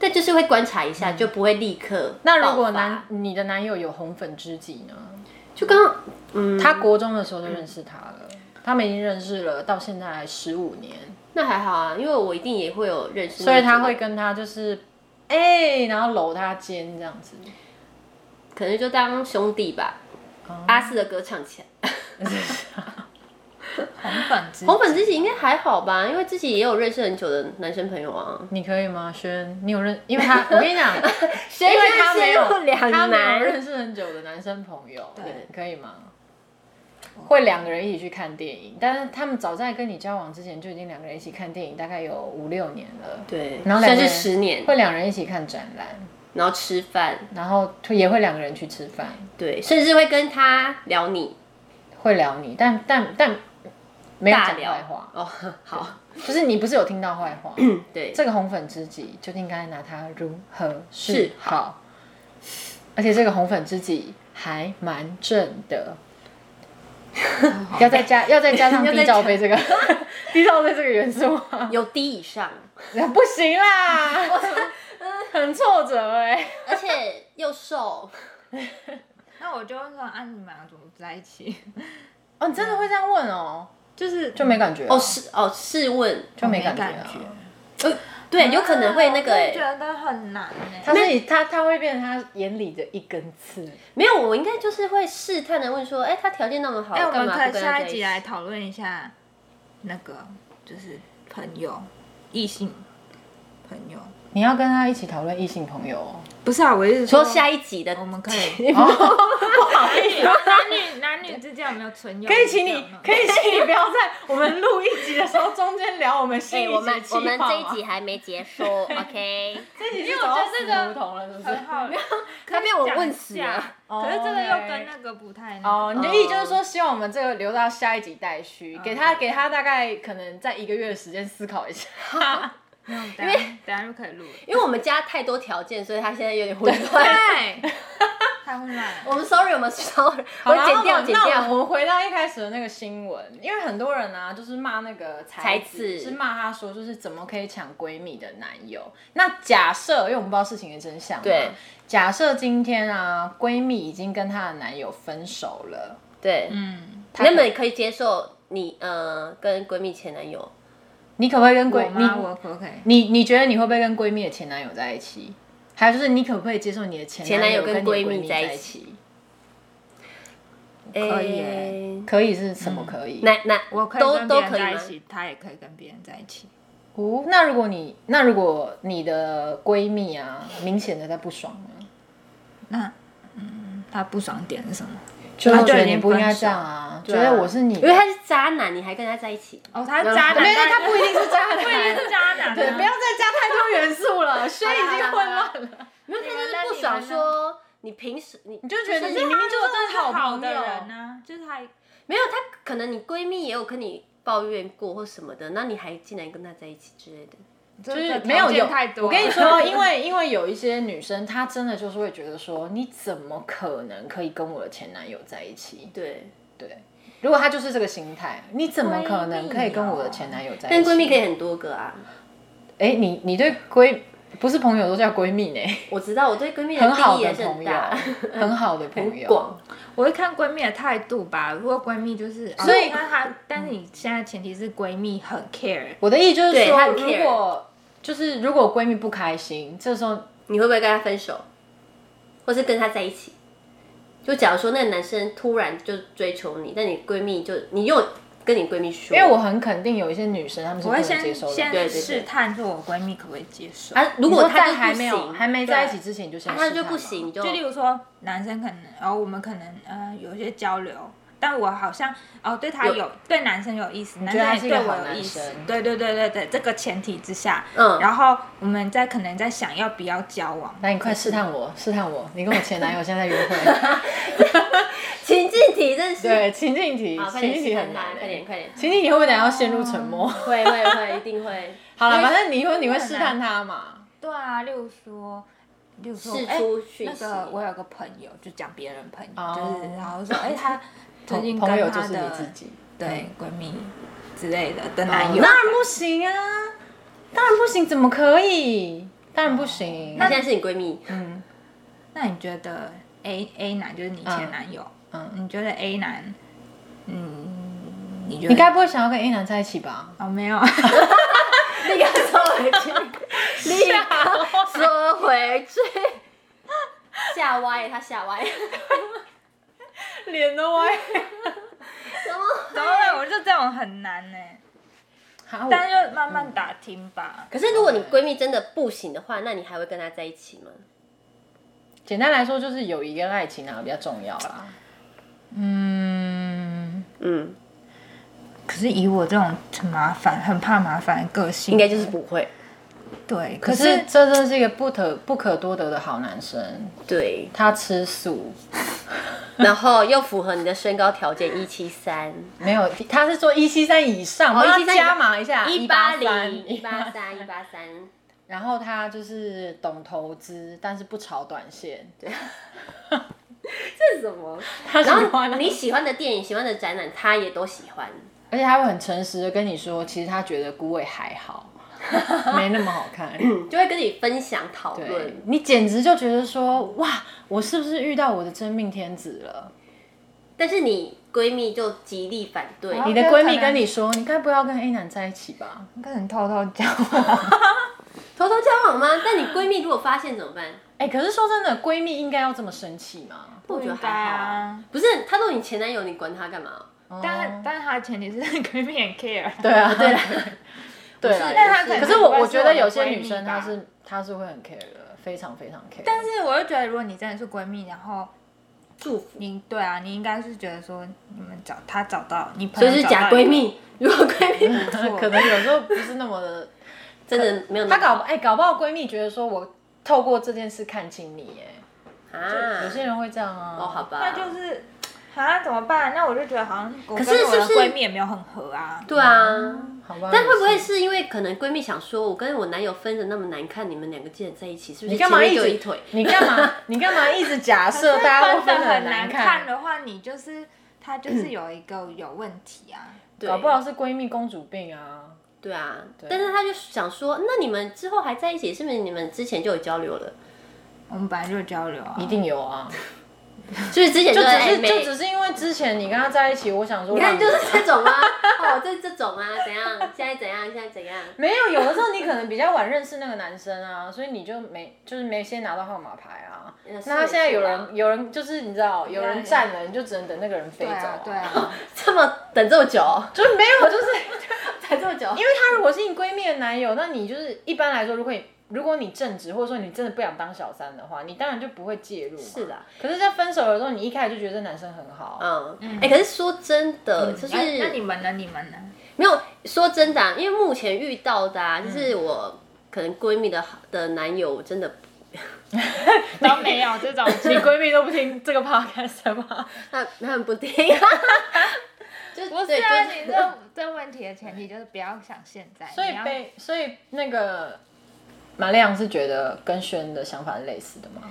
S3: 但就是会观察一下，就不会立刻爆发。
S2: 嗯那如果男你的男友有红粉知己呢？
S3: 就刚刚嗯，
S2: 他国中的时候就认识他了，他们已经认识了，到现在十五年，
S3: 那还好啊，因为我一定也会有认识那种的，
S2: 所以他会跟他就是。哎、然后搂他肩这样子，
S3: 可能就当兄弟吧。
S2: 哦
S3: 阿四的歌唱起来，
S1: 红粉知己
S3: 红粉知己应该还好吧，因为自己也有认识很久的男生朋友啊。
S2: 你可以吗，轩？你有认？因为 他，我跟你讲，
S3: 谁
S2: 因为他没有
S3: 会陷入两
S2: 他没
S3: 难
S2: 有认识很久的男生朋友，
S1: 对
S2: 可以吗？会两个人一起去看电影，但是他们早在跟你交往之前就已经两个人一起看电影，大概有五六年了。
S3: 对，
S2: 然后两
S3: 算
S2: 个人
S3: 是十年，
S2: 会两人一起看展览，
S3: 然后吃饭，
S2: 然后也会两个人去吃饭，
S3: 对，甚至会跟他聊你。
S2: 会聊你，但但但没有
S3: 大
S2: 讲
S3: 聊
S2: 坏话，
S3: 哦， 好，
S2: 就是你不是有听到坏话？
S3: 对，
S2: 这个红粉知己究竟该拿它如何
S3: 是
S2: 是好？而且这个红粉知己还蛮正的，要再 加哦要再加上
S3: 要再
S2: B 罩杯这个 B 罩杯这个元素 吗？
S3: 有低以上，
S2: 不行 啦，很挫折哎、
S3: 而且又瘦，
S1: 那我就问说，啊，你们俩怎么不在一 起？
S2: 哦，你真的会这样问哦？
S1: 就是
S2: 就没感觉啊
S3: 哦试哦试问，
S2: 就没
S1: 感
S2: 感觉啊。
S1: 觉
S3: 呃对，有可能会那个
S1: 啊我
S3: 哎
S1: 真的、觉得很难哎、
S2: 他是以他他会变成他眼里的一根刺，
S3: 没有，我应该就是会试探的问说，哎，他条件那么好，
S1: 哎、我
S3: 干
S1: 们
S3: 嘛
S1: 可
S3: 不
S1: 以
S3: 跟
S1: 下
S3: 他在
S1: 一
S3: 一起
S1: 集？来讨论一下那个，就是朋友、异性朋友，
S2: 你要跟他一起讨论异性朋友哦。
S1: 不是啊，我一直
S3: 说下一集 的
S1: 我们可以哦 男女男女之间有没有存有？
S2: 可以请你，可以请你不要在我们录一集的时候中间聊我们新一
S3: 哎，
S2: 集
S3: 我们
S2: 的计
S3: 我们
S2: 划
S3: 这一
S2: 吗
S3: 集还没结束，OK？
S2: 这一
S1: 因
S2: 集是
S1: 为我
S2: 走
S1: 觉得
S2: 到
S1: 这
S2: 死
S1: 个呃
S2: 胡同了，是不是？
S1: 很好，
S3: 他被我问死
S1: 可以讲一
S3: 了
S1: 下。可是这个又跟那个不太那个
S2: 哦，你的意思就是说，希望我们这个留到下一集待续，给他给他大概可能在一个月的时间思考一下。
S1: 因为等下等下就可以录了。
S3: 因为我们加太多条件，所以他现在有点混 乱。
S1: 对，太混乱了。
S3: 我们 sorry，我们 sorry，
S2: 好
S3: 我
S2: 啦
S3: 剪掉
S2: 那
S3: 剪
S2: 那
S3: 掉。
S2: 我们回到一开始的那个新闻，因为很多人啊，就是骂那个才
S3: 才
S2: 子，
S3: 子
S2: 是骂他说就是怎么可以抢闺蜜的男友。那假设，因为我们不知道事情的真相嘛，
S3: 对
S2: 假设今天啊，闺蜜已经跟她的男友分手了，
S3: 对，
S1: 嗯，
S2: 她
S3: 那
S2: 可
S3: 么你可以接受你呃跟闺蜜前男友？
S2: 你可不可以跟闺
S1: 我吗？
S2: 你
S1: 我可不可以？
S2: 你你觉得你会不会跟闺蜜的前男友在一起？还有就是你可不可以接受你的前
S3: 前男友
S2: 跟
S3: 跟
S2: 你的
S3: 闺蜜
S2: 蜜
S3: 在
S2: 在
S3: 一
S2: 一
S3: 起
S2: 起？
S1: 可以
S3: 诶
S1: 欸
S2: 可以是什么可以？
S3: 那那
S1: 我可以
S3: 都
S1: 跟
S3: 都
S1: 别人
S3: 可以
S1: 在一
S3: 吗？
S1: 起，他也可以跟别人在一起。
S2: 哦，那如果你那如果你的闺蜜啊，明显的在不爽啊呢，
S1: 那嗯，他不爽点是什么？
S2: 就
S1: 啊
S2: 会觉
S1: 就
S2: 得
S1: 已
S2: 你
S1: 经
S2: 不应该
S1: 分手
S2: 这样啊，觉
S3: 对啊
S2: 得我是你，
S3: 因为他是渣男，你还跟他在一起？
S1: 哦，他是渣男，
S2: 没有，他不一定是渣男，
S1: 不一定是渣 男啊。
S2: 对，不要再加太多元素了，轩已经混
S1: 好
S2: 乱了。
S3: 没有，他就是
S1: 那
S3: 不
S1: 你
S3: 爽
S1: 们呢
S3: 说你凭什你
S2: 你就觉得
S3: 是
S2: 你明明就
S1: 如果真的
S2: 是
S1: 是好
S2: 朋
S1: 的
S2: 友
S1: 人呢，就是他
S3: 没有他可能你闺蜜也有跟你抱怨过或什么的，那你还竟然跟他在一起之类的？
S2: 就是
S1: 这个
S2: 没有
S1: 条件
S2: 有
S1: 太，多。
S2: 我跟你，说，因为因为有一些女生，她真的就是会觉得说，你怎么可能可以跟我的前男友在一起？
S3: 对，
S2: 对，如果她就是这个心态，你怎么可能可以跟我的前男友在一
S3: 但
S2: 起？
S3: 闺蜜可以很多个啊。
S2: 哎，你你对闺不是朋友都叫闺 蜜呢，
S3: 我知道我对闺蜜的
S2: 很好
S3: 定义
S2: 的
S3: 也是
S2: 朋
S3: 很
S2: 友
S3: 大，，
S2: 很好的朋
S3: 很
S2: 友，
S3: 广。
S1: 我会看闺蜜的态度吧。如果闺蜜就是，
S2: 所
S1: 哦
S2: 以
S1: 那她，但是你现在前提是闺蜜很 care，
S2: 我的意思就是
S3: 对
S2: 说
S3: 她，很
S2: 如
S3: care
S2: 果就是如果闺蜜不开心，这时候
S3: 你会不会跟他分手，或是跟他在一起？就假如说那个男生突然就追求你，但你闺蜜就你又跟你闺蜜说，
S2: 因为我很肯定有一些女生她们是
S1: 我
S2: 不能
S1: 会
S2: 接
S1: 先
S2: 受的。
S1: 先
S3: 对对
S1: 试探说我闺蜜可不可以接受。
S3: 啊，
S2: 如
S3: 如果
S2: 在
S3: 他
S2: 还
S3: 就不
S2: 没有
S3: 行，
S2: 还没
S3: 对
S2: 在一起，之前，你就先
S3: 啊
S2: 试
S3: 他
S2: 探
S3: 就
S2: 嘛
S3: 不行，你就
S1: 就例如说，男生可能，然、后我们可能呃有一些交流，但我好像哦对他
S3: 有
S1: 有对男生有意思，男
S2: 觉得他
S1: 生
S2: 是
S1: 也
S2: 一个
S1: 对我
S2: 好
S1: 有
S2: 男
S1: 意思
S2: 生，
S1: 对对对对对，这个前提之下，
S3: 嗯
S1: 然后我们在可能在想要不要交往，
S2: 来，你快试探我，试探我，你跟我前男友现在在 约会。
S3: 情境题真是，
S2: 对，情境题
S3: 好，，快
S2: 情
S3: 点
S2: 境
S3: 试
S2: 题
S3: 探
S2: 很
S3: 他，
S2: 难
S3: 快点
S2: 欸。
S3: 快点，
S2: 情境题会不会等下要陷入沉默？
S3: 会会会，一定会。
S2: 好了，
S3: 因为
S2: 反正你会你会
S1: 因为
S2: 试探他嘛。
S1: 对啊，例如说。例如说，
S3: 试
S1: 哎
S3: 出讯
S1: 那
S3: 息
S1: 个我有个朋友，就讲别人朋友，
S2: 哦
S1: 就是然后说，哎、他最近
S2: 朋
S1: 跟
S2: 朋友
S1: 他
S2: 就是你
S1: 的
S2: 自己，
S1: 对闺蜜之类的的
S2: 哦
S1: 男友，
S2: 当然不行啊，当然不行，怎么可以？当然不行。
S3: 他现在是你闺 蜜，
S2: 嗯，
S1: 那你觉得 A A 男就是你前男友？
S2: 嗯
S1: 你觉得 A 男，嗯，你觉得
S2: 你该不会想要跟 A 男在一起 吧？
S1: 哦没有，
S3: 立刻收回去，立刻收回去， 吓歪了他吓歪了，
S2: 脸都歪。
S3: 什么？
S1: 对，我就这种很难呢、
S2: 好，我
S1: 但就慢慢打听吧。
S3: 可是如果你闺蜜真的不行的话，那你还会跟他在一起吗？
S2: 简单来说就是友谊跟爱情啊哪个比较重要啦？
S1: 嗯，
S3: 嗯，
S1: 可是以我这种很麻烦、很怕麻烦的个性，
S3: 应该就是不会。
S1: 对。
S2: 可
S1: 可
S2: 是
S1: 是
S2: 这真是一个不可不可多得的好男生，
S3: 对，
S2: 他吃素，
S3: 然后又符合你的身高条件一七三，
S2: 没有，他是说一七三以上，我
S3: 哦
S2: 要
S3: 173
S2: 加码一下，
S3: 一八零一八三一八三，
S2: 然后他就是懂投资，但是不炒短线。对，
S3: 这是什么？
S2: 他喜
S3: 然
S2: 欢啊
S3: 后你喜欢啊的电影、喜欢的展览，他也都喜欢。
S2: 而且他会很诚实的跟你说，其实他觉得孤味还好， 没那么好 看。
S3: 就会跟你分享讨
S2: 对
S3: 论，
S2: 你简直就觉得说，哇，我是不是遇到我的真命天子了？
S3: 但是你闺蜜就极力反对，
S1: 啊
S2: 你
S1: 哦
S2: 的
S1: 有
S2: 闺
S1: 可
S2: 蜜
S1: 能
S2: 跟你说，你该不要跟 A 男在一起吧？
S1: 跟人偷偷讲话，
S3: 偷偷交往吗？但你闺蜜如果发现怎么办？
S2: 哎、可是说真的，闺蜜应该要这么生气吗？
S3: 我觉得
S1: 应该
S3: 还好啊
S1: 啊。
S3: 不是，她都你前男友，你管她干嘛？
S1: 但但他的前 提是闺蜜很 care。
S2: 哦对啊，对啦，对
S3: 不是
S2: 啦。
S1: 但他
S2: 可
S1: 能
S2: 是
S1: 不会
S2: 我我觉得有
S1: 的
S2: 些
S1: 闺
S2: 女
S1: 蜜
S2: 生她
S1: 吧
S2: 是她是会很 care 的，非常非常 care。
S1: 但是我又觉得，如果你真的是闺蜜，然后
S3: 祝福，
S1: 你对啊，你应该是觉得说你们找她找到你朋
S3: 所
S1: 友
S3: 以是
S1: 找到
S3: 假
S1: 一个
S3: 闺，蜜。如果闺蜜
S1: 没错
S2: 可能有时候不是那么 的，
S3: 真的没有那
S2: 她
S3: 么
S2: 搞哎、搞不好闺蜜觉得说我透过这件事看清你哎、
S3: 啊，
S2: 有些人会这样啊。
S3: 哦，好吧，
S1: 那就是啊怎么办？那我就觉得好像我
S3: 可
S1: 跟
S3: 是
S1: 我的
S3: 是不是
S1: 闺蜜也没有很合啊。
S3: 对啊。
S2: 好吧。
S3: 但会不会
S2: 也是
S3: 是因为可能闺蜜想说，我跟我男友分的那么难看，你们两个竟然在一起，是不是？
S2: 你干嘛
S3: 一
S2: 一直
S3: 一腿？
S2: 你干嘛？你干嘛一直假设
S1: 可是
S2: 大家都
S1: 分
S2: 分
S1: 得
S2: 得
S1: 很
S2: 很难
S1: 看哦
S2: 看？
S1: 的话，你就是她就是有一个有问题啊。
S3: 对
S2: 搞不好是闺蜜公主病啊。
S3: 对啊，但是她就想说，那你们之后还在一起，是不是你们之前就有交流 了？
S1: 我们本来就有交流啊，
S2: 一定有啊，
S3: 就是哎之前
S2: 就
S3: 在
S2: 只
S3: 暧
S2: 是
S3: 昧
S2: 就只是因为之前你跟她在一起，我想说
S3: 你
S2: 让
S3: 看就是这种 啊，哦，这这种啊，怎样？现在怎样？现在怎样？
S2: 没有，有的时候你可能比较晚认识那个男生啊，所以你就没就是没先拿到号码牌啊。
S3: 嗯是
S2: 那他现在有
S3: 没错
S2: 人有人就是你知道有人占了，你就只能等那个人飞
S1: 对
S2: 走、
S1: 啊对啊，
S3: 这么等这么久，
S2: 就是 没有，就是
S3: 等这么久，因
S2: 因为他如果是你闺蜜的男友，那你就是一般来说，如果你如果你正直，或者说你真的不想当小三的话，你当然就不会介入。
S3: 是的。
S2: 可是，在分手的时候，你一开始就觉得这男生很好，
S3: 嗯，哎、可是说真的，就是、
S1: 哎那你们呢？你们呢？
S3: 没有说真的、啊，因为目前遇到的、啊，就是我可能闺蜜的好的男友，我真的
S1: 都没有这种
S2: 你 闺蜜都不听这个 podcast 吗？
S3: 他他们不听， 就
S1: 不是
S3: 对
S1: 啊，
S3: 就是
S1: 你这这问题的前提就是不要想现在，
S2: 所以
S1: 你要
S2: 被所以那个马亮是觉得跟轩的想法是类似的吗？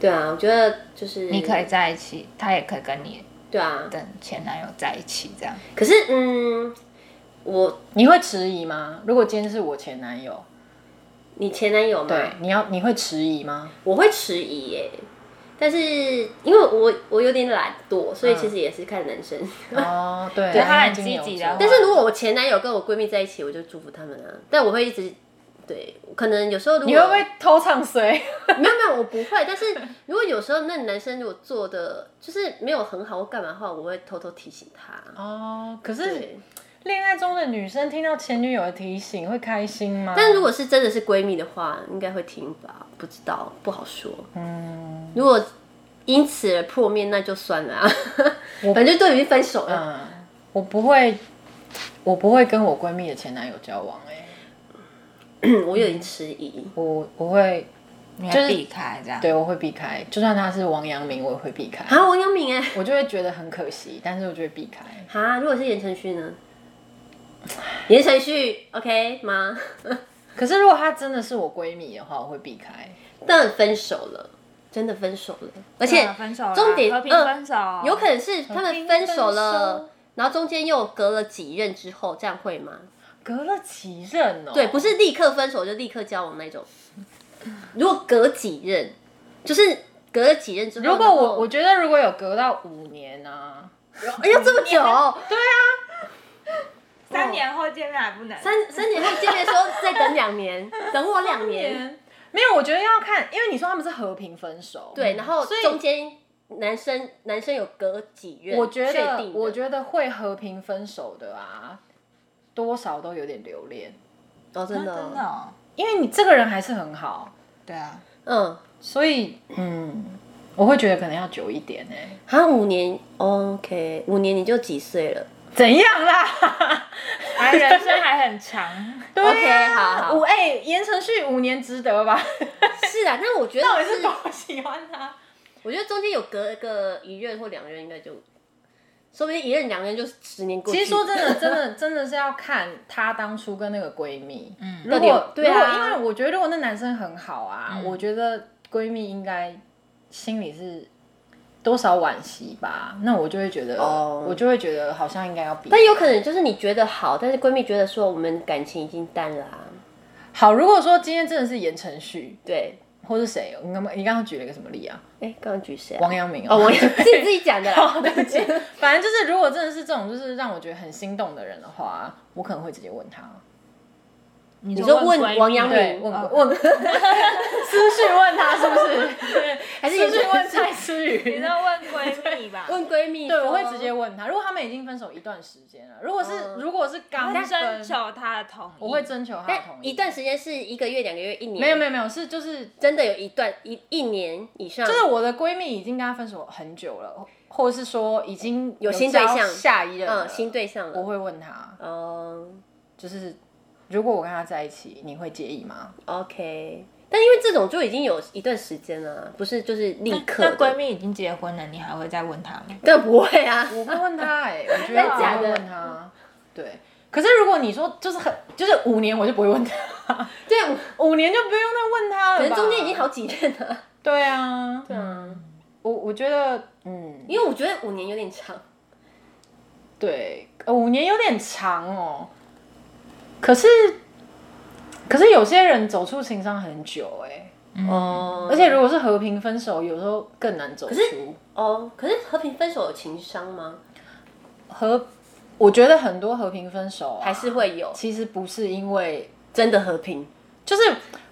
S3: 对啊，我觉得就是
S1: 你可以在一起，他也可以跟你
S3: 对啊，
S1: 的前男友在一起，这样
S3: 可是嗯，我
S2: 你会迟疑吗？如果今天是我前男友，
S3: 你前男友嘛，
S2: 对，你要你会迟疑吗？
S3: 我会迟疑耶、但是因为我我有点懒惰，所以其实也是看男生。
S2: 哦，对，
S1: 对他很
S2: 金牛
S1: 积极
S2: 座
S1: 的
S2: 但
S3: 但
S2: 是
S3: 是如果我前男友跟我闺蜜在一起，我就祝福他们啊。但我会一直对，可能有时候如果
S2: 你会不会偷唱衰？
S3: 没有没有，我不会。但是 如果有时候那男生如果做的就是没有很好或干嘛的话，我会偷偷提醒他。
S2: 哦，可是
S3: 对，
S2: 恋爱中的女生听到前女友的提醒会开心吗？
S3: 但如果是真的是闺蜜的话，应该会听吧？不知道，不好说。
S2: 嗯，
S3: 如果因此而破灭，那就算了、啊，反正都已经分手了。
S2: 嗯，我不会，我不会跟我闺蜜的前男友交往、哎，
S1: 嗯
S3: 我有点迟疑。
S2: 我我会，
S1: 你
S2: 就是
S1: 要避开这样。
S2: 对我会避开，就算他是王阳明，我也会避开，
S3: 啊，王阳明哎、
S2: 我就会觉得很可惜，但是我就会避开。
S3: 啊，如果是言承旭呢？言承旭，OK 吗？
S2: 可是如果她真的是我闺蜜的话，我会避开。
S3: 但分手了，真的分手了，而且
S1: 对啊分手啦，
S3: 重点
S1: 和平
S3: 呃
S1: 分手，
S3: 有可能是他
S2: 哦
S3: 们分手
S2: 分
S3: 了
S2: 手，
S3: 然后中间又隔了几任之后，这样会吗？
S2: 隔了几任哦？
S3: 对，不是立刻分手就立刻交往那种。如果隔几任，就是隔了几任之后，
S2: 如果
S3: 然后
S2: 我我觉得如果有隔到五年啊，
S3: 哎呦这么久，
S1: 三年后见面还不能，
S3: 三三年后见面说再等 两年，等我两年，
S2: 没有，我觉得要看，因为你说他们是和平分手，
S3: 对，然后
S2: 所以
S3: 中间男生男生有隔几任，
S2: 我觉
S3: 确
S2: 得
S3: 定的
S2: 我觉得会和平分手的啊，多少都有点留恋，
S3: 哦真的
S1: 啊
S3: 哦，
S1: 真的哦，
S2: 因为你这个人还是很好，
S1: 对啊，
S3: 嗯，
S2: 所以嗯，我会觉得可能要久一点哎、
S3: 好像啊五年，OK，五年你就几岁 了
S2: 怎样啦？
S1: 还人生还很 长，
S2: 对啊
S3: 好好
S2: 五哎、言承旭五年值得吧？
S3: 是啊，但我觉得
S2: 到底是
S3: 是
S2: 多喜欢他？
S3: 我觉得中间有隔个一任或两任，应该就，说不定一任两任就十年过去。
S2: 其实说真 的，真的真的是要看她当初跟那个闺蜜，嗯，如
S3: 到底有
S2: 果
S3: 对啊
S2: 如果因为我觉得如果那男生很好啊，我觉得闺蜜应该心里是多少惋惜吧，那我就会觉得，
S3: 哦
S2: 我就会觉得好像应该要比。
S3: 但有可能就是你觉得好，但是闺蜜觉得说我们感情已经淡了啊。
S2: 好，如果说今天真的是言承旭
S3: 对，
S2: 或是谁，你刚你刚刚举了一个什么例啊？
S3: 哎，刚刚举谁啊？
S2: 王阳明
S3: 哦， 我
S2: 对
S3: 自己自己讲的啦。
S2: 不起，反正就是如果真的是这种就是让我觉得很心动的人的话，我可能会直接问他。
S1: 你
S3: 你说问
S1: 闺蜜
S3: 王阳
S2: 对，
S3: 嗯
S2: 问
S1: 哦
S2: 问私讯问他是不 是？还
S3: 是
S2: 私
S3: 你。
S2: 讯问蔡思
S1: 你
S2: 雨？
S1: 说 问闺蜜吧
S3: 问闺蜜，
S2: 对，我会直接。问他。如果他们已经分手一段时间了，如果是、
S3: 嗯
S2: 如果是刚
S1: 你征
S2: 分，
S1: 求她的同意，
S2: 我会征求他的
S3: 但
S2: 同意。
S3: 一段时间是一个月、两个月、一年，
S2: 没有没有没有，是就是
S3: 真的有一段一一年以上，
S2: 就是我的闺蜜已经跟他分手很久了，或者是说已经
S3: 有新对
S2: 交
S3: 象
S2: 下一任了，
S3: 嗯新对象
S2: 我
S3: 了。
S2: 会问他，
S3: 哦、
S2: 就是如果我跟他在一起，你会介意吗？
S3: o k 但因为这种就已经有一段时间了，啊不是就是立刻
S1: 那
S3: 的。
S1: 闺蜜已经结婚了，你还会再问她吗？
S3: 但不会啊，
S2: 我会问他 哎、我觉得
S3: 真
S2: 我
S3: 假
S2: 会
S3: 的
S2: 问他，对。可是如果你说就是很就是五年，我就不会问他，
S3: 对，我
S2: 五年就不用再问他了
S3: 可
S2: 吧。
S3: 能中间已经好几任了。
S2: 对啊，
S3: 对啊，
S2: 我我觉得嗯，
S3: 因为我觉得五年有点长，
S2: 对，呃五年有点长哦。可是可是有些人走出情伤很久哎、
S3: 哦
S2: 而且如果是和平分手，有时候更难走
S3: 可是
S2: 出。
S3: 哦，可是和平分手有情商吗？
S2: 和我觉得很多和平分手、啊、
S3: 还是会有
S2: 其实不是因为
S3: 真的和平？
S2: 就是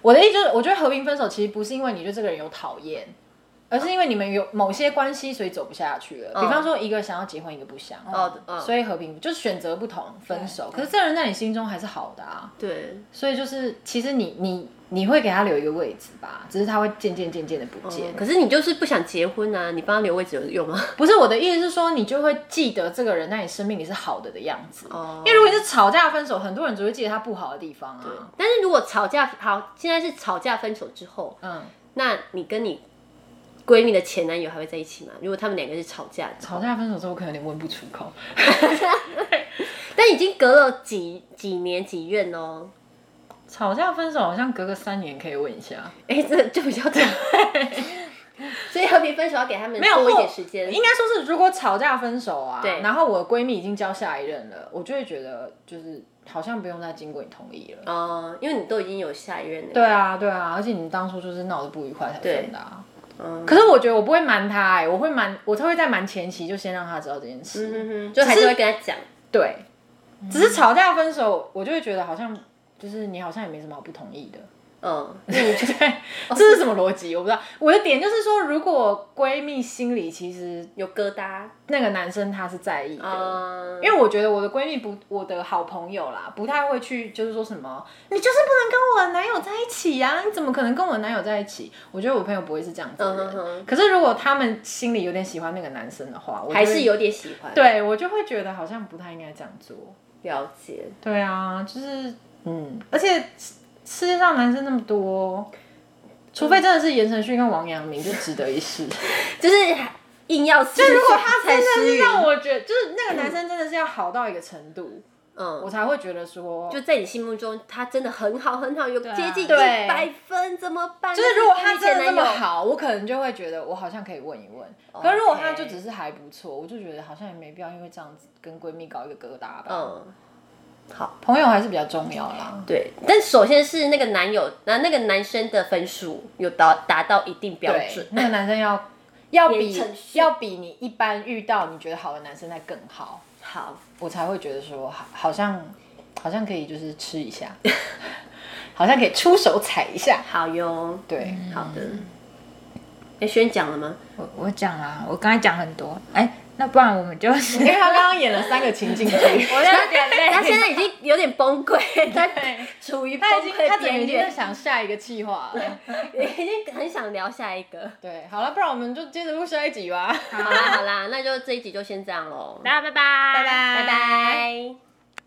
S2: 我的意思就是，我觉得和平分手其实不是因为你对这个人有讨厌，而是因为你们有某些关系，所以走不下去
S3: 嗯
S2: 了。比方说，一个想要结婚，一个不想，
S3: 哦嗯
S2: 所以和平就是选择不同分手。可是这个人在你心中还是好的啊，
S3: 对，
S2: 所以就是其实你你你会给他留一个位置吧，只是他会渐渐渐渐的不见。
S3: 嗯哦可是你就是不想结婚啊，你帮他留位置有用吗？
S2: 不是我的意思是说，你就会记得这个人在你生命里是好的的样子。
S3: 哦
S2: 因为如果你是吵架分手，很多人只会记得他不好的地方啊。
S3: 但是如果吵架好，现在是吵架分手之后，
S2: 嗯，
S3: 那你跟你闺蜜的前男友还会在一起吗？如果他们两个是吵架的，
S2: 吵架分手之后，可能有点问不出口。
S3: 但已经隔了几几年几任哦，
S2: 吵架分手好像隔个三年可以问一下，
S3: 哎、这就比较 长。所以和平分手要给他们
S2: 没有
S3: 多一点
S2: 或
S3: 时间
S2: 应。该说是如果吵架分手啊，
S3: 对
S2: 然后我的闺蜜已经交下一任了，我就会觉得就是好像不用再经过你同意了。
S3: 哦，因为你都已经有下一任了。
S2: 对，啊，对啊，而且你们当初就是闹得不愉快才分的啊。
S3: 嗯
S2: 可是我觉得我不会瞒她、欸，我会瞒，我会在瞒前期就先让她知道这件事。
S3: 嗯哼，就还是会跟他讲。
S2: 对，只是吵架分手，我就会觉得好像就是你好像也没什么好不同 意的。
S3: 嗯，
S2: 对，这是什么逻辑？我不知道。我的点就是说，如果闺蜜心里其实
S3: 有疙瘩。
S2: 那个男生他是在意的。
S3: 嗯，
S2: 因为我觉得我的闺蜜不，我的好朋友啦，不太会去，就是说什么你就是不能跟我男友在一起呀、你怎么可能跟我男友在一起？我觉得我朋友不会是这样子的人。
S3: 嗯哼哼
S2: 可是如果他们心里有点喜欢那个男生的话，我就会
S3: 还是有点喜欢。，
S2: 对我就会觉得好像不太应该这样做。
S3: 了解。
S2: 对啊，就是嗯，而且世世界上男生那么多，除非真的是言承旭跟王阳明，就值得一试。
S3: 就是硬要撕，就
S2: 如果他真
S3: 才
S2: 的是
S3: 失语，
S2: 让我觉得，就是那个男生真的是要好到一个程度，我
S3: 嗯，
S2: 才会觉得说，
S3: 就在你心目中他真的很好很好，有
S1: 对啊
S3: 接近一
S2: 对
S3: 百分，怎么办？
S2: 就是如果他
S3: 那
S2: 真的这
S3: 前
S2: 么
S3: 男友，
S2: 好，我可能就会觉得我好像可以问一问。
S3: 哦
S2: 可是如果他就只是还不错，我就觉得好像也没必要因为这样子跟闺蜜搞一个疙瘩吧。
S3: 嗯，
S2: 朋友还是比较重要啦。
S3: 对。但首先是那个男友，那那个男生的分数有达达到一定标准
S2: 对，，那个男生要要
S3: 言
S2: 比
S3: 承旭
S2: 要比你一般遇到你觉得好的男生再更好。
S3: 好，
S2: 我才会觉得说，好好像好像可以就是吃一 下，好像可以出手踩一下。
S3: 好哟，
S2: 对，
S3: 好的。哎，轩讲了吗？
S1: 我我讲啊，我刚才讲很多，哎、那不然我们就是
S2: 因为他刚刚演了三个情 境剧，
S1: 我有点累，
S3: 他现在已经有点崩溃，他处于 崩
S2: 他已经他
S3: 溃
S2: 点
S3: 边
S2: 已经在
S3: 缘，
S2: 想下一个计划了。
S3: 已经很想聊下一个。
S2: 对，好了，不然我们就接着录下一集吧。
S3: 好啦好啦，那就这一集就先这样喽，
S1: 大家拜拜，拜
S3: 拜拜。